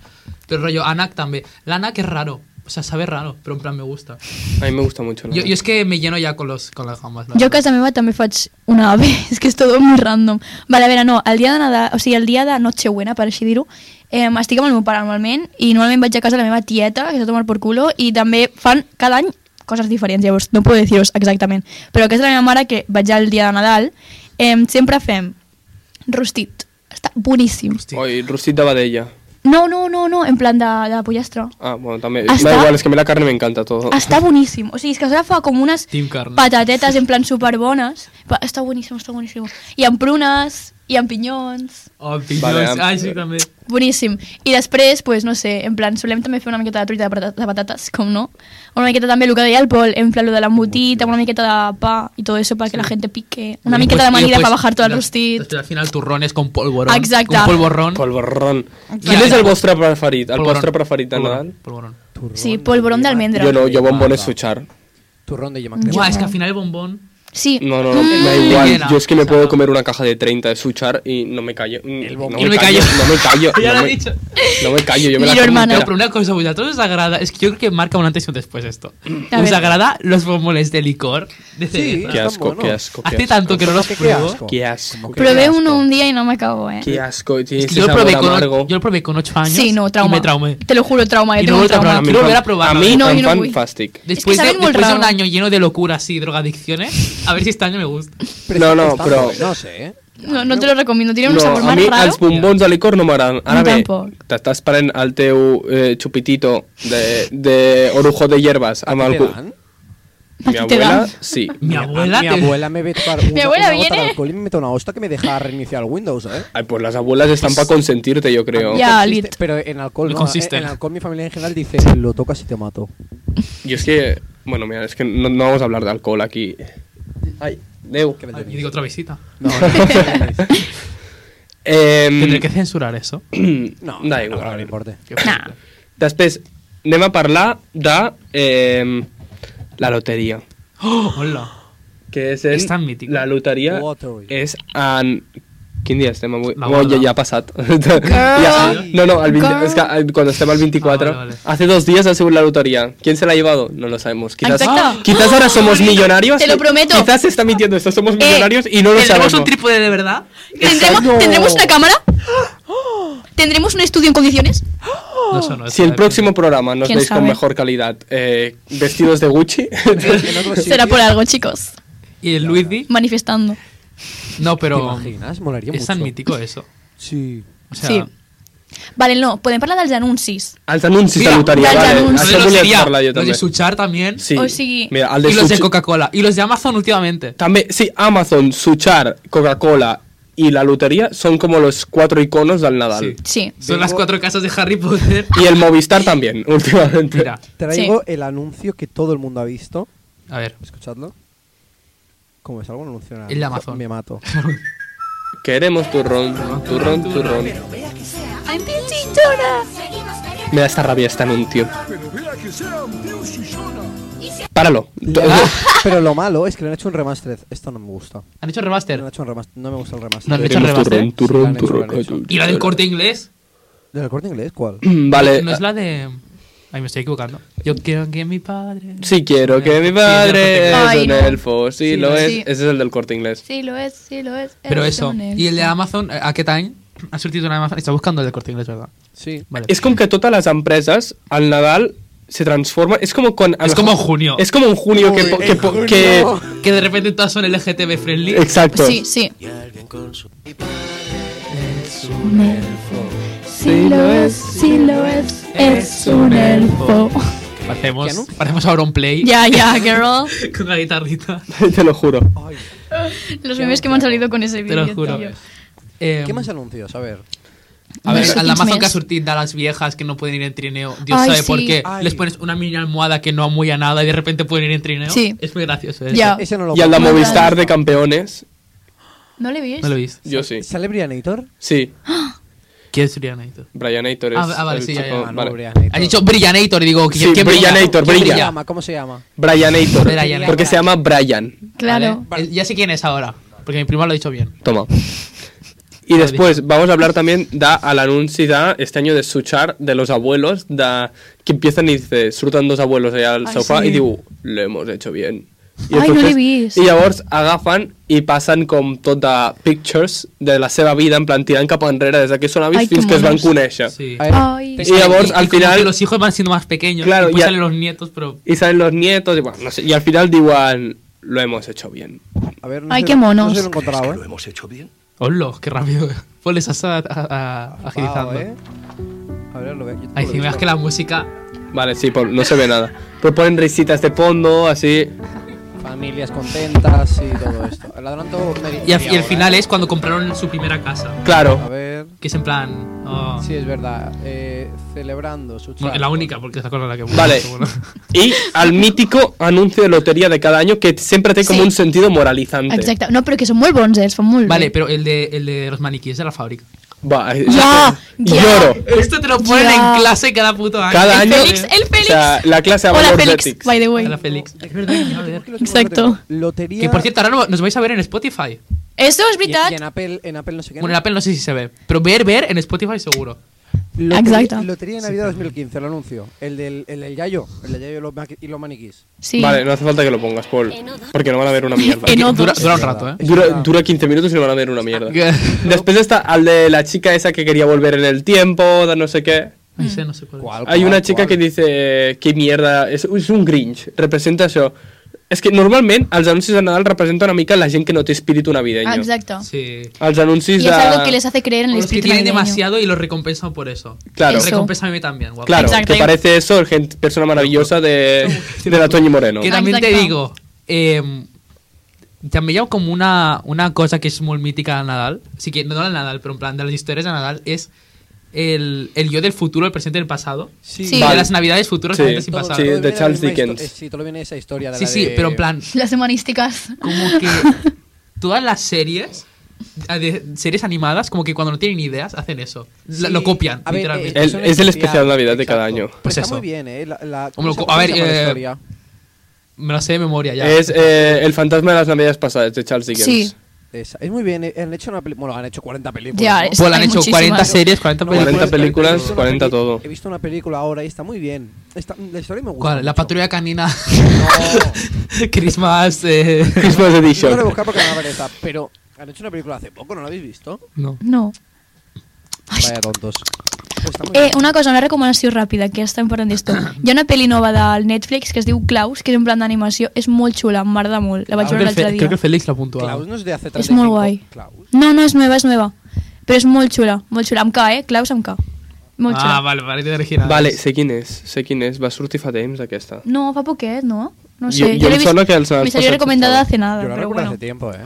Speaker 5: Pero rollo, anac también. La anac es raro, o sea, sabe raro, pero en plan me gusta.
Speaker 3: A mí me gusta mucho. la
Speaker 5: Yo,
Speaker 3: verdad.
Speaker 5: yo es que me lleno ya con, los, con las gambas. la
Speaker 1: Jo a
Speaker 5: verdad.
Speaker 1: casa meva també faig una ave, és que és tot molt random. Vale, a veure, no, el dia de Nadal, o sigui, el dia de Nochebuena, per així dir-ho, eh, estic amb el meu pare normalment i normalment vaig a casa de la meva tieta, que s'ha tomat por culo, i també fan cada any coses diferents, llavors no puc dir-vos exactament. Però a casa de la meva mare, que vaig al dia de Nadal, eh, sempre fem rostit. Està boníssim.
Speaker 5: Hosti.
Speaker 3: Hoy, Rusita Badella.
Speaker 1: No, no, no, no, en plan de, de pollastre.
Speaker 3: Ah, bueno, también.
Speaker 1: Hasta-
Speaker 3: Da igual, es que a mí la carne me encanta todo.
Speaker 1: Està boníssim. O sigui, és que ara fa com unes
Speaker 5: Team carn.
Speaker 1: patatetes en plan superbones. Pa- Està boníssim, està boníssim. I amb prunes, i amb pinyons.
Speaker 5: Oh, pinyons.
Speaker 3: Vale, am-
Speaker 5: Ai, sí, també.
Speaker 1: Boníssim. I després, pues, no sé, en plan, solem també fer una miqueta de truita de, patata- de patates, com no. Una miqueta també el que deia el Pol, en plan, lo de l'embotit, amb una miqueta de pa i tot eso para que la gente pique. Una
Speaker 5: I
Speaker 1: miqueta
Speaker 5: després-
Speaker 1: de manida
Speaker 5: pues, i després-
Speaker 1: para bajar todo el
Speaker 5: i des-
Speaker 1: rostit.
Speaker 5: Després al final turrones con polvorón.
Speaker 1: Exacte.
Speaker 5: Con polvorón.
Speaker 3: Polvorrón.
Speaker 5: Exacte.
Speaker 3: ¿Quién es el vostre preferit? El
Speaker 5: Polvorón.
Speaker 3: vostre preferit de
Speaker 5: Polvorón,
Speaker 3: Nadal?
Speaker 5: Polvorón.
Speaker 6: Turrón
Speaker 1: Sí, polvorón de almendra.
Speaker 3: Yo no, yo bombones suchar.
Speaker 6: Turrón de yema
Speaker 1: Yo-
Speaker 6: crema.
Speaker 5: Buah, és que al final el bombón...
Speaker 1: Sí.
Speaker 3: No, no, no,
Speaker 1: Mm.
Speaker 3: me da igual.
Speaker 5: llena,
Speaker 3: Yo es que me
Speaker 5: ¿sabes?
Speaker 3: puedo comer una caja de 30 de suchar y no me callo. Mm, no,
Speaker 5: Y no me
Speaker 3: me callo,
Speaker 5: callo.
Speaker 3: no me callo.
Speaker 5: Ya
Speaker 3: no
Speaker 5: lo he
Speaker 3: me-
Speaker 5: dicho.
Speaker 3: No me callo, yo me
Speaker 1: Miro,
Speaker 3: la como
Speaker 1: hermana.
Speaker 5: No,
Speaker 3: entera.
Speaker 5: pero una cosa, ¿a todos os agrada? Es que yo creo que marca un antes y un después esto.
Speaker 1: A
Speaker 5: ¿Os
Speaker 1: ver.
Speaker 5: agrada los bombones de licor? De cereza?
Speaker 3: Qué
Speaker 6: Están
Speaker 3: asco, qué
Speaker 6: buenos.
Speaker 3: asco. qué
Speaker 5: Hace
Speaker 3: asco.
Speaker 5: tanto que no los
Speaker 6: ¿Qué,
Speaker 5: pruebo.
Speaker 6: asco?
Speaker 3: Qué asco.
Speaker 6: Qué
Speaker 1: Probé
Speaker 6: asco.
Speaker 1: uno un día y no me acabó, ¿eh.
Speaker 3: Qué asco. Tiene
Speaker 5: Es que
Speaker 3: ese
Speaker 5: yo, lo
Speaker 3: sabor
Speaker 5: probé con,
Speaker 3: amargo.
Speaker 5: yo lo probé con 8 años.
Speaker 1: Sí, no, trauma.
Speaker 5: Y me traumé.
Speaker 1: Te lo juro, trauma.
Speaker 5: Y no
Speaker 1: Yo tengo un
Speaker 5: vuelta a probar.
Speaker 1: trauma.
Speaker 5: Quiero volver a probarlo.
Speaker 3: A mí,
Speaker 1: No, yo
Speaker 3: tan
Speaker 1: no voy.
Speaker 3: fantastic.
Speaker 5: Después,
Speaker 1: saben
Speaker 5: de,
Speaker 1: muy
Speaker 5: después de un
Speaker 1: raro.
Speaker 5: año lleno de locuras y drogadicciones, a ver si este año me gusta.
Speaker 3: No, no,
Speaker 6: Están
Speaker 3: però-
Speaker 6: buenos, eh?
Speaker 1: No, no te lo recomiendo. Tiene un
Speaker 3: No,
Speaker 1: sabor
Speaker 3: a
Speaker 1: más
Speaker 3: mi
Speaker 1: raro.
Speaker 3: els bombons de licor no m'agraden. Ara
Speaker 1: No,
Speaker 3: bé,
Speaker 1: tampoc.
Speaker 3: t'estàs prenent el teu eh, xupitito de, de orujo de hierbas amb
Speaker 6: ¿Te
Speaker 3: algú.
Speaker 6: dan?
Speaker 1: A
Speaker 3: Mi
Speaker 1: ti te
Speaker 3: abuela,
Speaker 1: dan.
Speaker 3: sí.
Speaker 5: Mi
Speaker 6: A
Speaker 5: abuela.
Speaker 6: Mi
Speaker 5: te-
Speaker 6: abuela me ve tomar una,
Speaker 1: abuela
Speaker 6: una gota
Speaker 1: viene.
Speaker 6: de alcohol y me mete una hostia que me deja reiniciar Windows, ¿eh?
Speaker 3: Ay, pues las abuelas están para consentirte, yo creo.
Speaker 1: Ya.
Speaker 6: Consiste-
Speaker 1: lit.
Speaker 6: Pero en alcohol
Speaker 5: No
Speaker 6: no.
Speaker 5: consiste.
Speaker 6: En alcohol mi familia en general dice, lo tocas y te mato.
Speaker 3: Y es que, bueno, mira, es que no, no vamos a hablar de alcohol aquí. Ay, Deu.
Speaker 6: ¿Qué me
Speaker 5: Ay,
Speaker 6: tenéis?
Speaker 5: yo digo otra visita.
Speaker 6: No, no, no,
Speaker 3: Em,
Speaker 5: Tendré que censurar eso.
Speaker 6: no, no,
Speaker 3: da
Speaker 6: no, no, no
Speaker 3: igual.
Speaker 6: importa.
Speaker 1: Nah.
Speaker 3: Després, anem a parlar de em, la loteria.
Speaker 5: Oh, hola.
Speaker 3: Que és en...
Speaker 5: És tan mític.
Speaker 3: La loteria
Speaker 6: Lottery.
Speaker 3: és en... Quin dia estem avui?
Speaker 5: La
Speaker 3: Bueno,
Speaker 5: boda.
Speaker 3: ja, ja ha passat. ja, no, no, el 20,
Speaker 1: Girl.
Speaker 3: es que eh, cuando estem al 24,
Speaker 5: Ah, vale, vale.
Speaker 3: hace dos días ha sido la lotería. ¿Quién se la ha llevado? No lo sabemos. Quizás, Ah,
Speaker 1: Exacto.
Speaker 3: quizás ahora somos millonarios.
Speaker 1: Te lo
Speaker 3: y-
Speaker 1: prometo.
Speaker 3: Quizás se está mintiendo esto, somos millonarios y no lo
Speaker 5: Eh, ¿Tendremos
Speaker 3: sabemos.
Speaker 5: un trípode de verdad?
Speaker 1: ¿Tendremos,
Speaker 6: Exacto.
Speaker 1: ¿Tendremos una cámara? ¿Tendremos un estudio en condiciones?
Speaker 5: No, eso no es
Speaker 3: Si el
Speaker 5: verdad.
Speaker 3: próximo programa nos
Speaker 1: ¿Quién
Speaker 3: veis con
Speaker 1: sabe?
Speaker 3: mejor calidad eh, vestidos de Gucci,
Speaker 6: En otro
Speaker 5: Pues
Speaker 6: sitio-
Speaker 1: Será por algo, chicos.
Speaker 5: ¿Y el Luigi?
Speaker 1: Manifestando.
Speaker 5: No, pero.
Speaker 6: ¿Te imaginas? Molaría
Speaker 5: Es tan
Speaker 6: mucho.
Speaker 5: mítico eso.
Speaker 6: Sí.
Speaker 5: O sea,
Speaker 1: Sí. Vale, no, podem parlar dels anuncis.
Speaker 3: els anuncis
Speaker 5: Mira,
Speaker 3: de loteria.
Speaker 1: dels
Speaker 3: Vale.
Speaker 1: anuncis.
Speaker 3: Això
Speaker 5: Lo de
Speaker 3: volia
Speaker 5: Lotería,
Speaker 3: parlar jo
Speaker 5: Los de
Speaker 3: també.
Speaker 5: Suchar también.
Speaker 3: Sí.
Speaker 1: O sigui-
Speaker 3: Mira, el de
Speaker 5: Y los de
Speaker 3: Suchi-
Speaker 5: Coca-Cola. Y los de Amazon últimamente.
Speaker 3: También, sí, Amazon, Suchar, Coca-Cola y la lotería son como los cuatro iconos del Nadal.
Speaker 5: Sí.
Speaker 1: Sí.
Speaker 5: Son
Speaker 6: Vengo-
Speaker 5: las cuatro casas de Harry Potter.
Speaker 3: Y el Movistar también, últimamente.
Speaker 5: Mira,
Speaker 6: Traigo el anuncio que todo el mundo ha visto.
Speaker 5: a ver.
Speaker 6: Escuchadlo. Como es algo anuncio en
Speaker 5: El de Amazon.
Speaker 6: Me mato.
Speaker 3: Queremos turrón, turrón, turrón.
Speaker 1: I'm pinchichona.
Speaker 3: Me da esta rabia este anuncio. Páralo.
Speaker 6: Pero lo malo es que le han hecho un remaster. Esto no me gusta.
Speaker 5: ¿Han hecho
Speaker 6: Le han
Speaker 5: remaster?
Speaker 6: hecho un remaster. No me gusta el remaster.
Speaker 5: No, le han hecho
Speaker 3: Queremos
Speaker 5: remaster.
Speaker 3: turrón, turrón,
Speaker 6: Sí, lo han
Speaker 3: turrón.
Speaker 6: hecho, lo han hecho.
Speaker 5: ¿Y la del corte inglés?
Speaker 6: ¿Del corte inglés? ¿Cuál?
Speaker 3: Mm,
Speaker 6: Eh,
Speaker 3: Vale.
Speaker 6: ah.
Speaker 5: No es la de. Ay, me estoy equivocando. Yo quiero que mi padre.
Speaker 3: Si quiero que mi
Speaker 5: Sí,
Speaker 3: padre
Speaker 5: del
Speaker 3: es
Speaker 5: corte
Speaker 1: Ay,
Speaker 3: un
Speaker 1: no.
Speaker 3: elfo, sí,
Speaker 1: Sí,
Speaker 3: lo
Speaker 1: no,
Speaker 3: es.
Speaker 1: sí.
Speaker 3: Ese es el del corte inglés.
Speaker 1: Sí, lo es, sí, lo es.
Speaker 5: Pero
Speaker 1: Es
Speaker 5: eso.
Speaker 1: un
Speaker 5: Y el de Amazon, eh, aquest any, ha sortit una Amazon... Està buscando el del corte inglés, ¿verdad?
Speaker 6: Sí.
Speaker 5: Vale.
Speaker 3: Es como que todas las empresas al Nadal se transforman. Es como con.
Speaker 5: Es como en junio.
Speaker 3: Es como en junio que. po- que, po- que-
Speaker 5: Que de repente todas son LGTB friendly.
Speaker 3: Exacto.
Speaker 1: Sí, sí. Sí lo es, sí lo es, es un elfo.
Speaker 5: Parecemos, parecemos ahora un play
Speaker 1: Ya, ya, girl.
Speaker 5: con la guitarrita.
Speaker 3: Te lo juro.
Speaker 1: Los memes que me han salido con ese
Speaker 5: Te
Speaker 1: vídeo.
Speaker 5: lo juro.
Speaker 1: tío.
Speaker 5: Eh,
Speaker 1: Em,
Speaker 6: ¿Qué más anuncios? A ver.
Speaker 5: A ver,
Speaker 1: Més.
Speaker 5: al Amazon
Speaker 1: Més.
Speaker 5: que ha sortido a las viejas que no pueden ir en trineo, Dios
Speaker 1: Ay,
Speaker 5: sabe
Speaker 1: sí.
Speaker 5: por qué.
Speaker 6: Ay.
Speaker 5: Les pones una mini almohada que no amulla nada y de repente pueden ir en trineo.
Speaker 1: Sí.
Speaker 5: Es muy gracioso eso.
Speaker 1: Ya.
Speaker 6: E-, Ese no lo
Speaker 3: Y al de
Speaker 1: Movistar.
Speaker 3: Movistar de campeones.
Speaker 1: ¿No le viste?
Speaker 5: No lo he visto.
Speaker 3: Yo sí.
Speaker 6: ¿Sale Brianator?
Speaker 3: Sí.
Speaker 5: ¿Quién es Brianator?
Speaker 3: Brian Aitor es.
Speaker 5: Ah, ah, vale,
Speaker 3: el
Speaker 5: sí, ya, ya,
Speaker 3: chico-
Speaker 5: Ah, no,
Speaker 3: vale.
Speaker 6: Brianator.
Speaker 5: Has dicho Brillanator, y digo. que
Speaker 3: Sí, Brillanator,
Speaker 6: ¿Cómo se
Speaker 3: brilla.
Speaker 6: llama? ¿Cómo se llama?
Speaker 3: Brian Aitor.
Speaker 5: Brian Aitor.
Speaker 3: Porque se llama Brian.
Speaker 1: Claro.
Speaker 5: Vale. Eh, Ya sé quién es ahora, porque mi prima lo ha dicho bien.
Speaker 3: Toma. Y
Speaker 5: Vale.
Speaker 3: después vamos a hablar también da al anuncio da este año de Suchar de los abuelos da que empiezan y dice disfrutan dos abuelos allá al
Speaker 1: Ay,
Speaker 3: sofá
Speaker 1: sí.
Speaker 3: y digo lo hemos hecho bien. I
Speaker 1: Ai, no
Speaker 3: entonces-
Speaker 1: l'he vist.
Speaker 3: I llavors agafen i passen com tot de tota pictures de la seva vida, en plan tirant cap enrere des de que són avis
Speaker 1: Ai, que
Speaker 3: fins que es van
Speaker 1: monos.
Speaker 3: conèixer.
Speaker 5: Sí.
Speaker 6: A ver,
Speaker 1: Ay.
Speaker 3: Y llavors, al
Speaker 5: como que
Speaker 3: final,
Speaker 5: los hijos van siendo más pequeños.
Speaker 3: Claro,
Speaker 5: Claro, y después
Speaker 3: ya-
Speaker 5: salen los nietos, pero.
Speaker 3: y salen los nietos y, bueno, no sé, y al final diuen lo hemos hecho bien.
Speaker 6: a ver, no
Speaker 1: Ay,
Speaker 6: sé-
Speaker 1: qué monos.
Speaker 6: No sé si lo he encontrado, ¿eh?
Speaker 5: ¡Hola! ¡Qué rápido! Pues les has a- a- a- agilizando.
Speaker 6: Wow, ¿eh? A ver, lo veo. Yo
Speaker 5: Ay,
Speaker 6: lo
Speaker 5: si me
Speaker 6: veo.
Speaker 5: das que la música.
Speaker 3: Vale, sí, Paul, no se ve nada. Pero ponen risitas de fondo, así.
Speaker 6: Familias contentas y todo esto. El adelanto media-
Speaker 5: Y al,
Speaker 6: media
Speaker 5: y al
Speaker 6: hora,
Speaker 5: final
Speaker 6: ¿eh?
Speaker 5: es cuando compraron su primera casa.
Speaker 6: A
Speaker 3: Claro.
Speaker 6: ver.
Speaker 5: Que es en plan. oh,
Speaker 6: Sí, es verdad. Eh, celebrando su
Speaker 5: bueno,
Speaker 6: charla.
Speaker 5: la única, porque esa cosa es la que.
Speaker 3: Vale.
Speaker 5: seguro.
Speaker 3: Y al mítico anuncio de lotería de cada año que siempre tiene como
Speaker 1: Sí.
Speaker 3: un sentido moralizante.
Speaker 1: Exacte. No, però que són molt bons, eh? Els fan molt
Speaker 5: Vale,
Speaker 1: bé.
Speaker 5: pero el de, el de los maniquíes de la fábrica.
Speaker 3: Va, eh,
Speaker 1: Ya, ya.
Speaker 3: lloro.
Speaker 5: Esto te lo ponen
Speaker 1: Ya. Eh,
Speaker 5: en clase cada puto año.
Speaker 3: Eh, Cada
Speaker 1: El
Speaker 3: año.
Speaker 1: Félix, el Félix.
Speaker 3: O sea, la clase de
Speaker 1: Hola
Speaker 3: valores
Speaker 1: Félix,
Speaker 3: éticos.
Speaker 1: by the way.
Speaker 5: Hola, Félix.
Speaker 1: Exacto.
Speaker 6: Lotería.
Speaker 5: Que por cierto, ahora no- nos vais a ver en Spotify.
Speaker 1: Eso es
Speaker 6: Y,
Speaker 1: veritat.
Speaker 6: y en, Apple, en Apple no sé qué.
Speaker 5: Bueno, en Apple no sé si se ve. Pero ver, ver en Spotify seguro.
Speaker 6: Lotería,
Speaker 1: Exacto.
Speaker 6: Lotería de Navidad 2015, el anuncio. El del, el del Yayo. El del Yayo y los maqui- y los maniquís.
Speaker 1: Sí.
Speaker 3: Vale, no hace falta que lo pongas, Paul. Porque no van a ver una mierda.
Speaker 1: En No,
Speaker 5: Dura,
Speaker 1: dos.
Speaker 5: dura un rato, ¿eh?
Speaker 3: Dura, ¿eh? dura 15 minutos y no van a ver una mierda.
Speaker 5: ¿Qué?
Speaker 3: Después está al de la chica esa que quería volver en el tiempo, de no sé qué.
Speaker 5: Ay, sé, no sé cuál. es.
Speaker 3: Hay una chica que dice, qué mierda, és, és un grinch, representa això. És que normalment els anuncis de Nadal representen una mica la gent que no té espíritu navideño.
Speaker 1: Ah, exacto.
Speaker 5: Sí.
Speaker 3: Els anuncis
Speaker 1: Y
Speaker 3: de...
Speaker 1: es algo que les hace creer en
Speaker 5: O
Speaker 1: el
Speaker 5: los Pues que
Speaker 1: espíritu
Speaker 5: tienen
Speaker 1: navideño.
Speaker 5: demasiado y los recompensan por eso.
Speaker 3: Claro.
Speaker 1: Eso.
Speaker 5: Recompénsame también, guapo.
Speaker 3: Claro,
Speaker 1: Exacto.
Speaker 3: que parece eso, gente, persona maravillosa de, de la Toñi Moreno.
Speaker 5: Que también te
Speaker 1: Exacto.
Speaker 5: digo, eh, també hi ha com una, una cosa que és molt mítica de Nadal, o sigui, no del Nadal, però en plan de les històries de Nadal, és el, el yo del futuro, el presente y el pasado.
Speaker 6: Sí.
Speaker 1: Sí.
Speaker 5: Y de
Speaker 3: Vale.
Speaker 5: las navidades futuras,
Speaker 3: Sí.
Speaker 5: presentes y
Speaker 3: Todo-
Speaker 5: pasadas.
Speaker 3: Sí,
Speaker 5: Sí,
Speaker 3: de
Speaker 6: viene la
Speaker 3: Charles
Speaker 6: misma histo-
Speaker 3: Dickens.
Speaker 6: eh, Sí, todo viene esa historia de
Speaker 5: sí,
Speaker 6: la de-
Speaker 5: pero en plan,
Speaker 1: Las humanísticas.
Speaker 5: como que todas las series, eh, de series animadas, como que cuando no tienen ideas, hacen eso. La-
Speaker 6: Sí,
Speaker 5: lo copian,
Speaker 6: a ver,
Speaker 5: literalmente.
Speaker 3: eh,
Speaker 6: es
Speaker 3: El-
Speaker 6: un
Speaker 3: es el especial Navidad de cada año.
Speaker 6: Pero
Speaker 5: Pues
Speaker 6: está
Speaker 5: eso.
Speaker 6: muy bien, ¿eh? La, la-
Speaker 5: Como lo-
Speaker 6: ¿cómo se-
Speaker 5: a ver,
Speaker 6: cómo se llama la
Speaker 5: eh,
Speaker 6: historia?
Speaker 5: Me lo sé de memoria ya.
Speaker 3: Es eh, el fantasma de las navidades pasadas de Charles Dickens.
Speaker 1: Sí.
Speaker 6: Esa- Es muy bien, eh, han hecho una peli- Bueno, han hecho 40 películas.
Speaker 1: Ya,
Speaker 6: ¿no?
Speaker 1: es-
Speaker 5: Pues han
Speaker 1: hay
Speaker 5: hecho
Speaker 1: muchísimas.
Speaker 5: 40 series, 40
Speaker 6: No,
Speaker 5: películas.
Speaker 3: películas, 40 películas,
Speaker 6: he visto una
Speaker 3: 40
Speaker 6: peli-
Speaker 3: todo.
Speaker 6: He visto una película ahora y está muy bien. Está- la historia me gusta.
Speaker 5: ¿Cuál? La
Speaker 6: mucho.
Speaker 5: patrulla canina.
Speaker 6: No.
Speaker 5: Christmas. Eh...
Speaker 3: Christmas
Speaker 6: No lo he
Speaker 3: Edition.
Speaker 6: buscado porque no me aparece, pero han hecho una película hace poco, ¿no la habéis visto?
Speaker 5: No.
Speaker 1: No.
Speaker 6: Vaya tontos. Pues está muy
Speaker 1: Eh,
Speaker 6: bien.
Speaker 1: una cosa, una recomanació ràpida, que estem parlant d'això. Hi ha una pel·li nova del Netflix que es diu Klaus, que és un plan d'animació, és molt xula, em m'agrada molt, la
Speaker 5: Creo Ah,
Speaker 1: vaig
Speaker 5: que,
Speaker 1: veure
Speaker 5: el Fe-
Speaker 1: l'altre
Speaker 5: creo que el
Speaker 1: dia.
Speaker 5: Félix la puntuó.
Speaker 6: Klaus no es de hace 35.
Speaker 1: És molt guai.
Speaker 6: Klaus.
Speaker 1: No, no, és nova, és nova. Però és molt xula, molt xula. Amb K, eh? Klaus amb K. Molt xula.
Speaker 5: Ah, vale, vale, original.
Speaker 3: Vale, sé quin és, sé quin és. Va sortir fa temps, aquesta.
Speaker 1: No, fa poquet, no? No
Speaker 3: Jo-
Speaker 1: sé.
Speaker 3: jo em
Speaker 1: l'he vist-
Speaker 3: sona que els has
Speaker 1: Me salió
Speaker 3: passat
Speaker 1: recomendada
Speaker 3: portada.
Speaker 1: hace nada,
Speaker 6: Yo la
Speaker 1: Ah, pero
Speaker 6: recuerdo
Speaker 1: bueno.
Speaker 6: hace tiempo, ¿eh?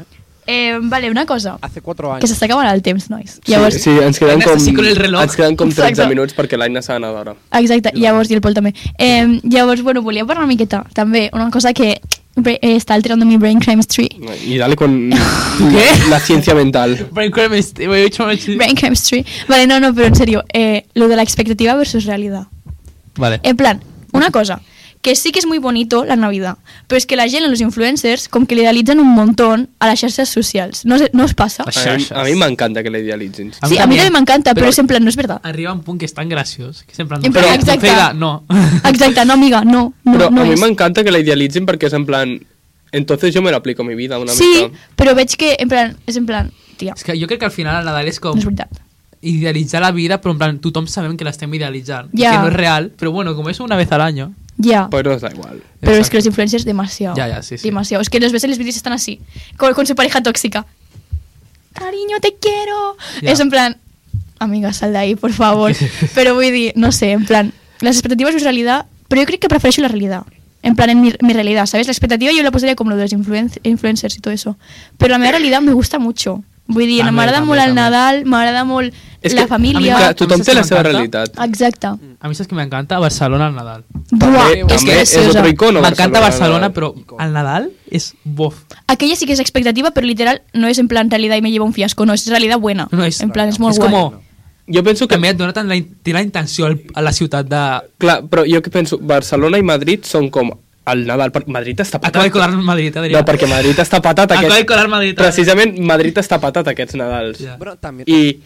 Speaker 1: Eh, vale, una cosa.
Speaker 6: Hace cuatro
Speaker 1: Que
Speaker 6: años.
Speaker 1: s'està acabant el temps, nois.
Speaker 3: Sí,
Speaker 1: Llavors,
Speaker 3: sí, ens queden
Speaker 5: Anem
Speaker 3: com,
Speaker 5: així con el reloj.
Speaker 3: ens queden com 13
Speaker 1: Exacte.
Speaker 3: minuts perquè l'Aina s'ha d'anar d'hora.
Speaker 1: Exacte, i llavors, i el Pol també. Eh, llavors, bueno, volia parlar una miqueta, també, una cosa que eh, està alterando mi brain crimes tree.
Speaker 3: Y dale con
Speaker 5: ¿Qué?
Speaker 3: la ciencia mental.
Speaker 5: Brian Cramer, este, me he hecho mal chiste.
Speaker 1: Brain crimes tree. Vale, no, no, però en serio, eh, lo de la expectativa versus realidad.
Speaker 5: Vale.
Speaker 1: En plan, una cosa, que sí que es muy bonito la Navidad, pero es que la gent, los influencers, com que l'idealitzen un montón a les xarxes socials. No, sé- no us passa?
Speaker 5: Això-
Speaker 3: A mi- a mi m'encanta que la idealitzin.
Speaker 5: A
Speaker 1: Sí,
Speaker 5: mí
Speaker 1: a mi
Speaker 5: también.
Speaker 1: també m'encanta, però,
Speaker 5: Però-
Speaker 1: és en plan, no és verdad.
Speaker 5: Arriba un punk que es tan gracioso. Que es en plan,
Speaker 1: En
Speaker 5: no,
Speaker 1: plan,
Speaker 5: no,
Speaker 1: exacte.
Speaker 5: Feida, no.
Speaker 1: Exacte, no, amiga, no. no
Speaker 3: Però
Speaker 1: no
Speaker 3: a mi
Speaker 1: és.
Speaker 3: m'encanta que la idealitzin perquè és en plan... Entonces yo me lo aplico a mi vida una
Speaker 1: Sí,
Speaker 3: mica.
Speaker 1: però veig que, en plan, és en plan, tia,
Speaker 5: Es que yo creo que al final el Nadal es
Speaker 1: no
Speaker 5: como
Speaker 1: és veritat.
Speaker 5: idealizar la vida, pero en plan, tú Tom saben que la estén idealizando.
Speaker 1: Ya.
Speaker 5: Que no es real, pero bueno, como eso una vez al año.
Speaker 1: Ja.
Speaker 5: Pues,
Speaker 3: Però es da igual.
Speaker 1: Pero es
Speaker 5: Exacto.
Speaker 1: que los influencers demasiado.
Speaker 5: Ya, ya, sí, sí.
Speaker 1: Demasiado. Es que los ves en los vídeos y están así, con, con su pareja tóxica. Cariño, te quiero.
Speaker 5: Ya.
Speaker 1: Es en plan, amiga, sal de ahí, por favor. pero voy a decir, no sé, en plan, las expectativas es realidad, pero yo creo que prefiero la realidad. En plan, en mi, mi realidad, ¿sabes? La expectativa yo la pondría como lo de los influen- influencers y todo eso. Pero la mera realidad me gusta mucho. Voy a decir,
Speaker 5: También,
Speaker 1: m'agrada
Speaker 5: también,
Speaker 1: molt el
Speaker 5: también.
Speaker 1: Nadal, m'agrada molt
Speaker 3: És
Speaker 1: la
Speaker 3: que, Clar,
Speaker 1: família...
Speaker 5: amiga, tu-
Speaker 3: tothom
Speaker 5: Saps
Speaker 3: té
Speaker 5: què
Speaker 3: la seva
Speaker 5: m'encanta?
Speaker 3: realitat.
Speaker 1: Exacta.
Speaker 5: A mí sabes que me encanta Barcelona al Nadal.
Speaker 1: Buah,
Speaker 3: Mm. També-
Speaker 1: és
Speaker 3: també
Speaker 1: que
Speaker 3: és otro
Speaker 1: preciosa.
Speaker 3: icono
Speaker 5: me encanta Barcelona,
Speaker 3: Nadal.
Speaker 5: pero al Nadal es bof.
Speaker 1: Aquella sí que es expectativa, pero literal no es en plan realidad y me lleva un fiasco, no, es realidad buena.
Speaker 5: No es
Speaker 1: en plan, es muy
Speaker 5: es
Speaker 1: guay.
Speaker 5: como
Speaker 3: Jo penso que...
Speaker 5: també et dona tant la, in- té la intenció al- a la ciutat de...
Speaker 3: Clar, però jo que penso, Barcelona i Madrid són com el Nadal. Per- Madrid està patat.
Speaker 5: Acaba de colar Madrid, Adrià.
Speaker 3: No, perquè Madrid està patat.
Speaker 5: Acaba de colar Madrid.
Speaker 3: Precisament Madrid està patat aquests Nadals.
Speaker 5: Ja.
Speaker 6: Bueno, también.
Speaker 3: I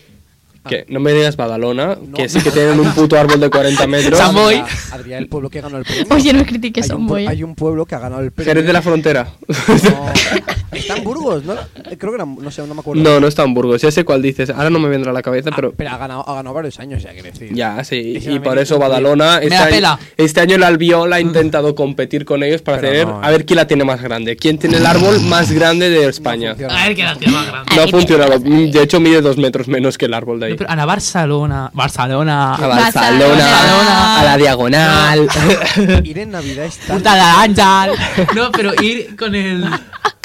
Speaker 3: que no me digas Badalona, que
Speaker 6: No.
Speaker 3: sí que tienen un puto árbol de 40 metros.
Speaker 5: San Boi.
Speaker 6: Adrián, Adrián, el pueblo que ganó el premio.
Speaker 1: Oye, no critiques ¿eh?
Speaker 6: hay,
Speaker 1: son
Speaker 6: un pue-
Speaker 1: boy.
Speaker 6: hay un pueblo que ha ganado el premio.
Speaker 3: Jerez de la Frontera.
Speaker 6: No. Está en Burgos, ¿no? Eh, Creo que era, no sé, no me acuerdo.
Speaker 3: No, no está en Burgos. Ya sé cuál dices. Ahora no me vendrá a la cabeza,
Speaker 6: Ah,
Speaker 3: pero.
Speaker 6: pero ha ganado, ha ganado varios años, ya quiere decir.
Speaker 3: Ya, sí.
Speaker 6: Es
Speaker 3: Y
Speaker 6: una
Speaker 3: por
Speaker 6: mini-
Speaker 3: eso Badalona. Este
Speaker 5: la
Speaker 3: año,
Speaker 5: pela.
Speaker 3: este año el Albiol ha intentado competir con ellos para
Speaker 6: Pero
Speaker 3: tener.
Speaker 6: no, eh.
Speaker 3: A ver quién la tiene más grande. ¿Quién tiene el árbol más grande de España?
Speaker 6: funciona.
Speaker 5: A ver, que la té más grande.
Speaker 3: No ha funcionado. De hecho, mide dos metros menos que el árbol de
Speaker 5: No,
Speaker 3: ahí.
Speaker 5: però anar a Barcelona... Barcelona...
Speaker 3: A
Speaker 1: Barcelona.
Speaker 3: Barcelona, a la diagonal.
Speaker 6: Ir en Navidad es tan-
Speaker 5: Puta de Ángel. No, pero ir con el...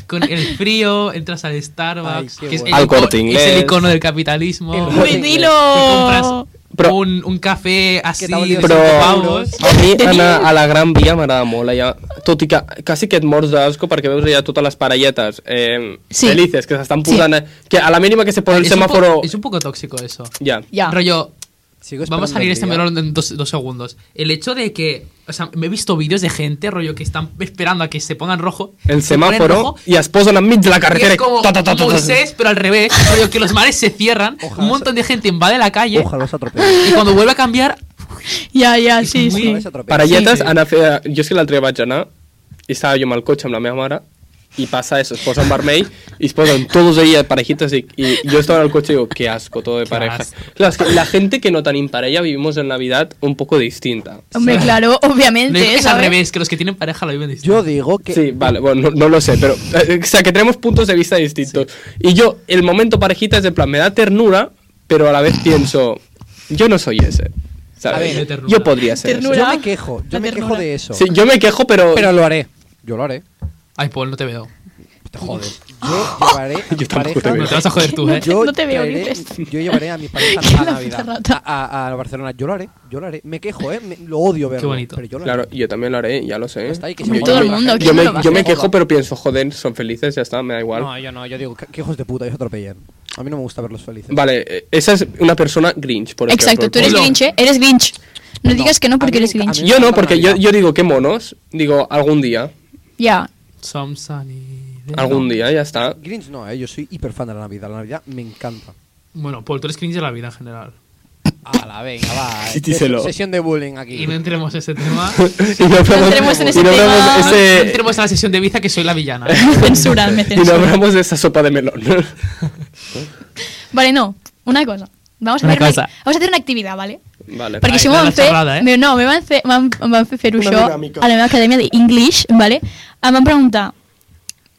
Speaker 5: Con el frío, entras al Starbucks...
Speaker 6: Ay, qué
Speaker 5: que es,
Speaker 6: bueno.
Speaker 5: el
Speaker 3: Al Corte
Speaker 5: icono- es el
Speaker 3: Inglés.
Speaker 5: icono del capitalismo.
Speaker 6: El
Speaker 5: Te
Speaker 1: Uy,
Speaker 6: Corte
Speaker 1: dilo.
Speaker 5: compras
Speaker 3: Però-
Speaker 5: un, un cafè així
Speaker 6: t'ha
Speaker 5: de
Speaker 6: valido
Speaker 3: Però
Speaker 5: 5 pavos...
Speaker 3: a mi anar a la Gran Via m'agrada molt, allà, tot i que quasi que et mors d'asco perquè veus allà totes les parelletes eh,
Speaker 1: Sí.
Speaker 3: felices que s'estan
Speaker 1: Sí.
Speaker 3: posant, eh, que a la mínima que se pone el
Speaker 5: Es un po-
Speaker 3: semàforo...
Speaker 5: Es un poco tóxico eso.
Speaker 3: Ja.
Speaker 1: Ya.
Speaker 5: Rollo,
Speaker 6: Sigo
Speaker 5: Vamos a salir este
Speaker 6: esperando el día.
Speaker 5: melón en dos, dos segundos. El hecho de que. O sea, me he visto vídeos de gente, rollo, que están esperando a que se pongan rojo.
Speaker 3: El
Speaker 5: se ponen
Speaker 3: semàforo
Speaker 5: rojo,
Speaker 3: i es posen enmig de la
Speaker 5: y
Speaker 3: carretera.
Speaker 5: es como
Speaker 3: Ta, ta, ta, ta, ta.
Speaker 5: Moisés, pero al revés. rollo, que los mares se cierran.
Speaker 6: Ojalá
Speaker 5: un montón de gente invade la calle.
Speaker 6: Ojalá os atropelle.
Speaker 5: Y cuando vuelve a cambiar.
Speaker 1: Ya, ya,
Speaker 5: Es
Speaker 1: sí,
Speaker 5: muy-
Speaker 1: sí.
Speaker 6: Ojalá os atropelle.
Speaker 3: Parelletes,
Speaker 5: Sí, sí.
Speaker 3: anar a fer... Jo és que l'altre dia vaig anar i estava jo amb el cotxe amb la meva mare i passa eso, es posa en vermell i es posen todos ahí parejitas y, y yo estaba en el coche y digo, qué asco todo de pareja.
Speaker 5: asco.
Speaker 3: Claro, es que la gente que no tan imparella vivimos en Navidad un poco distinta.
Speaker 1: Hombre, claro,
Speaker 5: No digo
Speaker 1: obviamente,
Speaker 5: que es al
Speaker 1: ¿sabes?
Speaker 5: revés, que los que tienen pareja lo viven distinto.
Speaker 6: Yo digo que.
Speaker 3: Sí, vale, bueno, no, no lo sé, pero. eh, o sea, que tenemos puntos de vista distintos. Y yo, el momento parejita es de plan, me da ternura, pero a la vez pienso, yo no soy ese. ¿sabes?
Speaker 5: A ver, de ternura.
Speaker 3: yo podría ser.
Speaker 1: Ternura.
Speaker 6: Yo me quejo, yo
Speaker 1: La
Speaker 6: me
Speaker 1: ternura.
Speaker 6: quejo de eso.
Speaker 3: ese. Sí, yo me quejo, pero.
Speaker 6: Pero lo haré. Yo lo haré.
Speaker 5: Ay, Paul, no te veo.
Speaker 6: Te jodes. Yo llevaré a mi
Speaker 3: Yo tampoco
Speaker 6: pareja.
Speaker 3: te veo.
Speaker 5: No te vas a joder tú,
Speaker 1: No
Speaker 5: eh.
Speaker 1: te-
Speaker 6: Yo,
Speaker 1: veo,
Speaker 6: traeré-
Speaker 1: dices.
Speaker 6: yo llevaré a mi pareja
Speaker 1: Que
Speaker 6: a
Speaker 1: la
Speaker 6: Navidad.
Speaker 1: puta rata.
Speaker 6: A, a- a Barcelona. Yo lo haré. Yo lo haré. Me quejo, ¿eh? Me- lo odio verlo.
Speaker 5: bonito.
Speaker 6: Pero yo lo
Speaker 3: Claro,
Speaker 6: haré.
Speaker 3: yo también lo haré, ya lo sé.
Speaker 5: Pues
Speaker 6: Está ahí, que
Speaker 3: Yo-
Speaker 6: se
Speaker 3: yo
Speaker 1: Todo
Speaker 3: me-
Speaker 1: el mundo, que
Speaker 3: yo,
Speaker 1: se
Speaker 3: me,
Speaker 1: lo baje.
Speaker 3: yo me quejo, pero pienso, joder, son felices, ya está, me da igual.
Speaker 6: No, yo no. Yo digo, que que hijos de puta, ellos atropellan. A mí no me gusta verlos felices.
Speaker 3: Vale, eh, esa es una persona Grinch, por ejemplo.
Speaker 1: Exacto, tú eres
Speaker 5: Polo.
Speaker 1: Grinch, ¿eh? Eres Grinch. No,
Speaker 6: No,
Speaker 1: digas que no
Speaker 6: a
Speaker 1: porque
Speaker 6: mí
Speaker 1: eres
Speaker 6: nunca- a
Speaker 1: Grinch.
Speaker 6: mí-
Speaker 3: Yo no, porque yo, yo digo, qué monos. Digo, algún día.
Speaker 1: Ya.
Speaker 5: Some sunny day.
Speaker 3: Algún día, ya está.
Speaker 6: Grinch no, ¿eh? Yo soy hiper fan de la Navidad. La Navidad me encanta.
Speaker 5: Bueno, Paul, tú eres cringe de la vida en general.
Speaker 6: A la venga, va.
Speaker 3: Sí, díselo.
Speaker 6: Sesión de bullying aquí.
Speaker 5: eh. Y no entremos en ese tema.
Speaker 3: y no hablamos,
Speaker 1: entremos en
Speaker 3: y
Speaker 1: ese
Speaker 3: no
Speaker 1: tema.
Speaker 3: hablamos
Speaker 5: No
Speaker 3: ese-
Speaker 5: entremos a la sesión de Ibiza, que soy la villana.
Speaker 1: Censura, me
Speaker 3: y no
Speaker 1: censura.
Speaker 3: hablamos de esa sopa de melón.
Speaker 1: Vale, no, una cosa. Vamos a,
Speaker 5: Una
Speaker 1: hacer una-
Speaker 5: cosa.
Speaker 1: vamos a hacer una actividad, ¿vale?
Speaker 3: vale.
Speaker 5: Ai,
Speaker 1: Perquè si m'ho
Speaker 5: de la
Speaker 1: van fer...
Speaker 5: xerrada, eh?
Speaker 1: Me, no, me van fer, van, van fer fer-ho
Speaker 2: Una
Speaker 1: això
Speaker 2: dinàmica.
Speaker 1: a la meva acadèmia d'English, vale? em van preguntar,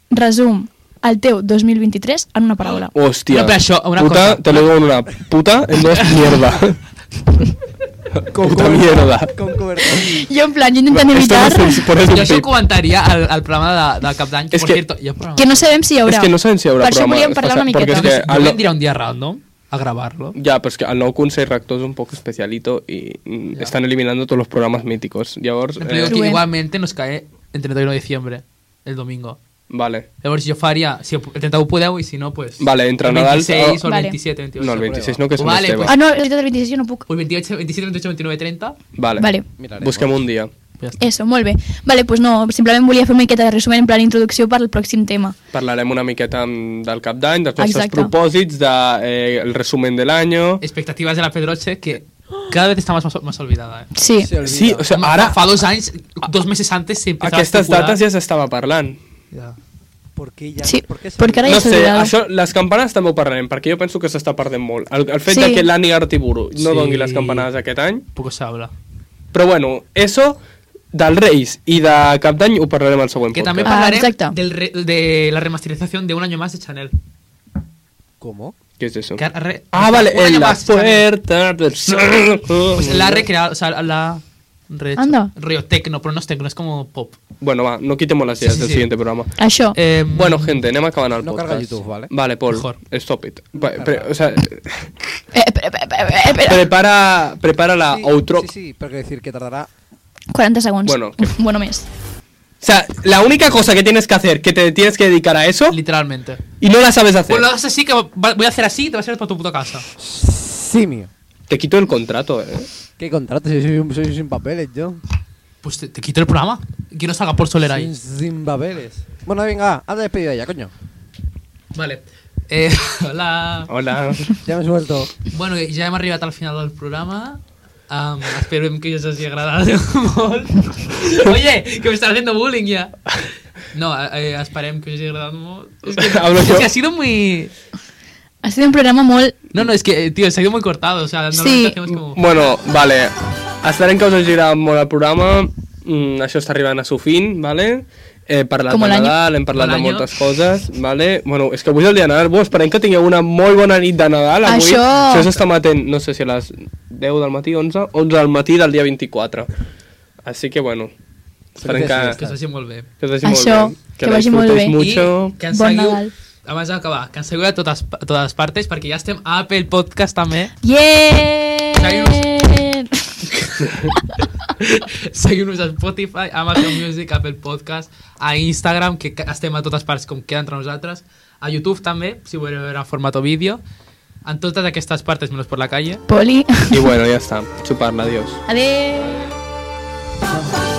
Speaker 1: resum, el teu 2023 en una paraula.
Speaker 3: Hostia.
Speaker 5: No, pero yo, una
Speaker 3: puta,
Speaker 5: cosa.
Speaker 3: te lo digo en una puta en dos mierda. puta mierda.
Speaker 6: Con cobertura.
Speaker 1: Jo, en plan, jo intentant evitar
Speaker 3: Esto no es un- pones un
Speaker 5: Yo eso
Speaker 3: pip.
Speaker 5: comentaría al, al programa de, de Cap d'Any.
Speaker 3: És
Speaker 5: Por
Speaker 3: que-
Speaker 5: cierto, hi ha programa?
Speaker 1: que no sabem si hi haurà.
Speaker 3: És que no sabem si hi haurà
Speaker 1: Per això
Speaker 3: programa,
Speaker 1: volíem parlar
Speaker 3: o
Speaker 1: una
Speaker 3: sigui,
Speaker 1: miqueta.
Speaker 3: perquè
Speaker 5: Yo
Speaker 3: és que-
Speaker 5: yo
Speaker 3: al-
Speaker 5: vendría un día random a grabarlo.
Speaker 3: Ya, pues que al nou Consell Rector és un poco especialito y mm, están eliminando todos los programas míticos. Llavors,
Speaker 5: Pero digo
Speaker 3: eh,
Speaker 5: que
Speaker 1: Rubén.
Speaker 5: igualmente nos cae el 31 de diciembre, el domingo.
Speaker 3: vale.
Speaker 5: A ver si yo faría, si el 31 puedo y si no, pues...
Speaker 3: Vale, entra
Speaker 5: el
Speaker 3: Nadal, ah,
Speaker 5: 26 o el
Speaker 1: Vale.
Speaker 5: 27, 28.
Speaker 3: No, el 26 no, que és un
Speaker 5: Vale,
Speaker 3: Esteve.
Speaker 5: pues-
Speaker 1: Ah, no, el dia del 26 jo no puc.
Speaker 5: O el 28, 27, 28, 29, 30. Pues
Speaker 3: Vale.
Speaker 1: Vale.
Speaker 6: Miraremos.
Speaker 3: Busquem un dia.
Speaker 5: ya está.
Speaker 1: Eso, molt bé. Vale, pues no, simplement volia fer una miqueta de resumen en plan introducció per al pròxim tema.
Speaker 3: Parlarem una miqueta mm, del cap d'any, dels nostres
Speaker 1: Exacte.
Speaker 3: propòsits, del de, eh, el resumen de l'any...
Speaker 5: Expectativas de la Pedroche que cada vez está más, más, más olvidada. Eh.
Speaker 1: Sí,
Speaker 6: Se olvida.
Speaker 3: Sí, o sea,
Speaker 5: Ahora,
Speaker 3: ara,
Speaker 5: fa dos años, dos meses antes se empezaba
Speaker 3: aquestes
Speaker 5: a
Speaker 3: dates ja s'estava parlant.
Speaker 5: Ya.
Speaker 6: ¿Por qué ya?
Speaker 1: Sí,
Speaker 6: ¿Por qué se
Speaker 1: porque ahora
Speaker 3: No
Speaker 1: ja s'ha
Speaker 3: sé,
Speaker 1: oblidat.
Speaker 3: això, les campanades també ho parlarem, perquè jo penso que s'està perdent molt. El, el fet
Speaker 1: Sí.
Speaker 3: sí. que l'Ani Artiburu no
Speaker 5: Sí.
Speaker 3: sí. doni les campanades aquest any.
Speaker 5: Poco se habla.
Speaker 3: Però bueno, eso del Reis i de Cap d'Any ho parlarem al següent
Speaker 5: Que
Speaker 3: podcast.
Speaker 5: también
Speaker 1: Ah,
Speaker 5: hablaré
Speaker 1: exacto.
Speaker 5: del re- de la remasterización de un año más de Chanel.
Speaker 6: ¿Cómo?
Speaker 3: Què és això?
Speaker 5: Que ha re-
Speaker 3: Ah, vale,
Speaker 5: un año
Speaker 3: en la
Speaker 5: más de Chanel.
Speaker 3: puerta del cerco.
Speaker 5: Pues la ha recreado, o sea, la rehecho.
Speaker 1: Anda. Oh.
Speaker 5: Rollo tecno, pero no es tecno, es como pop.
Speaker 3: Bueno, va, no quitemos las
Speaker 5: Sí,
Speaker 3: ideas
Speaker 5: sí,
Speaker 3: del
Speaker 5: sí.
Speaker 3: siguiente programa.
Speaker 1: Això.
Speaker 5: Eh,
Speaker 3: Bueno, gente, anem acabant el
Speaker 6: No
Speaker 3: podcast.
Speaker 6: carga YouTube, ¿vale?
Speaker 3: Vale, Pol,
Speaker 5: Mejor.
Speaker 3: stop it. Pre- pre- o sea,
Speaker 1: Eh, espera, espera, espera, espera.
Speaker 3: prepara, prepara la
Speaker 6: Sí,
Speaker 3: outro.
Speaker 6: Sí, sí, pero que decir que tardará
Speaker 1: 40 segons.
Speaker 3: Bueno, que-
Speaker 1: bueno més.
Speaker 3: O sea, la única cosa que tienes que hacer, que te tienes que dedicar a eso,
Speaker 5: literalmente.
Speaker 3: y no la sabes hacer.
Speaker 5: Pues lo haces así, que va- voy a hacer así y te vas a ir para tu puta casa.
Speaker 6: simio.
Speaker 3: Te quito el contrato, eh.
Speaker 6: ¿Qué contrato? Soy, soy, soy sin papeles, yo.
Speaker 5: Pues te, te quito el programa. Que no salga por soler ahí.
Speaker 6: Sin, sin papeles. Bueno, venga, haz la despedida ya, coño.
Speaker 5: Vale. Eh, hola.
Speaker 3: Hola.
Speaker 6: Ya me he suelto.
Speaker 5: Bueno, i ja hem arribat al final del programa. Um, espero que us hagi agradat molt. Oye, que me estás haciendo bullying ya. No, eh, esperem que us hagi agradat molt. Es que,
Speaker 3: Hablo
Speaker 5: es
Speaker 3: yo.
Speaker 5: que ha sido muy...
Speaker 1: Ha sido un programa molt...
Speaker 5: No, no, es que, eh, tío, se ha ido muy cortado. O sea,
Speaker 1: Sí.
Speaker 5: normalmente hacemos como...
Speaker 3: Bueno, vale. Esperem que us hagi agradat molt el programa. Mm, això està arribant a su fin, vale? Eh, hem parlat
Speaker 1: Com
Speaker 3: de
Speaker 1: l'any.
Speaker 3: Nadal, hem parlat
Speaker 5: Com
Speaker 3: de
Speaker 5: l'any.
Speaker 3: moltes coses, vale? Bueno, és que avui és el dia de Nadal. Bueno, esperem que tingueu una molt bona nit de Nadal avui.
Speaker 1: Això.
Speaker 3: Això s'està matent, no sé si a les 10 del matí, 11, 11 del matí del dia 24. Així que, bueno, esperem que,
Speaker 5: Que us hagi molt bé.
Speaker 3: que us vagi molt
Speaker 1: Això,
Speaker 3: bé.
Speaker 1: que vagi molt
Speaker 3: disfrutéis
Speaker 1: bé.
Speaker 3: Mucho.
Speaker 5: I que ens
Speaker 1: Bon
Speaker 5: seguiu...
Speaker 1: Nadal.
Speaker 5: Abans d'acabar, que ens seguiu a totes, a totes partes, perquè ja estem a Apple Podcast també.
Speaker 1: Yeah! Bien.
Speaker 5: Seguim-nos a Spotify, Amazon Music, Apple Podcast, a Instagram, que ca- estem a totes parts com queda entre nosaltres, a YouTube també, si voleu veure en format o vídeo, en totes aquestes partes, menys per la calle.
Speaker 1: Poli.
Speaker 3: Y bueno, ya está. Chuparla, adiós.
Speaker 1: Adeu.
Speaker 4: Bye.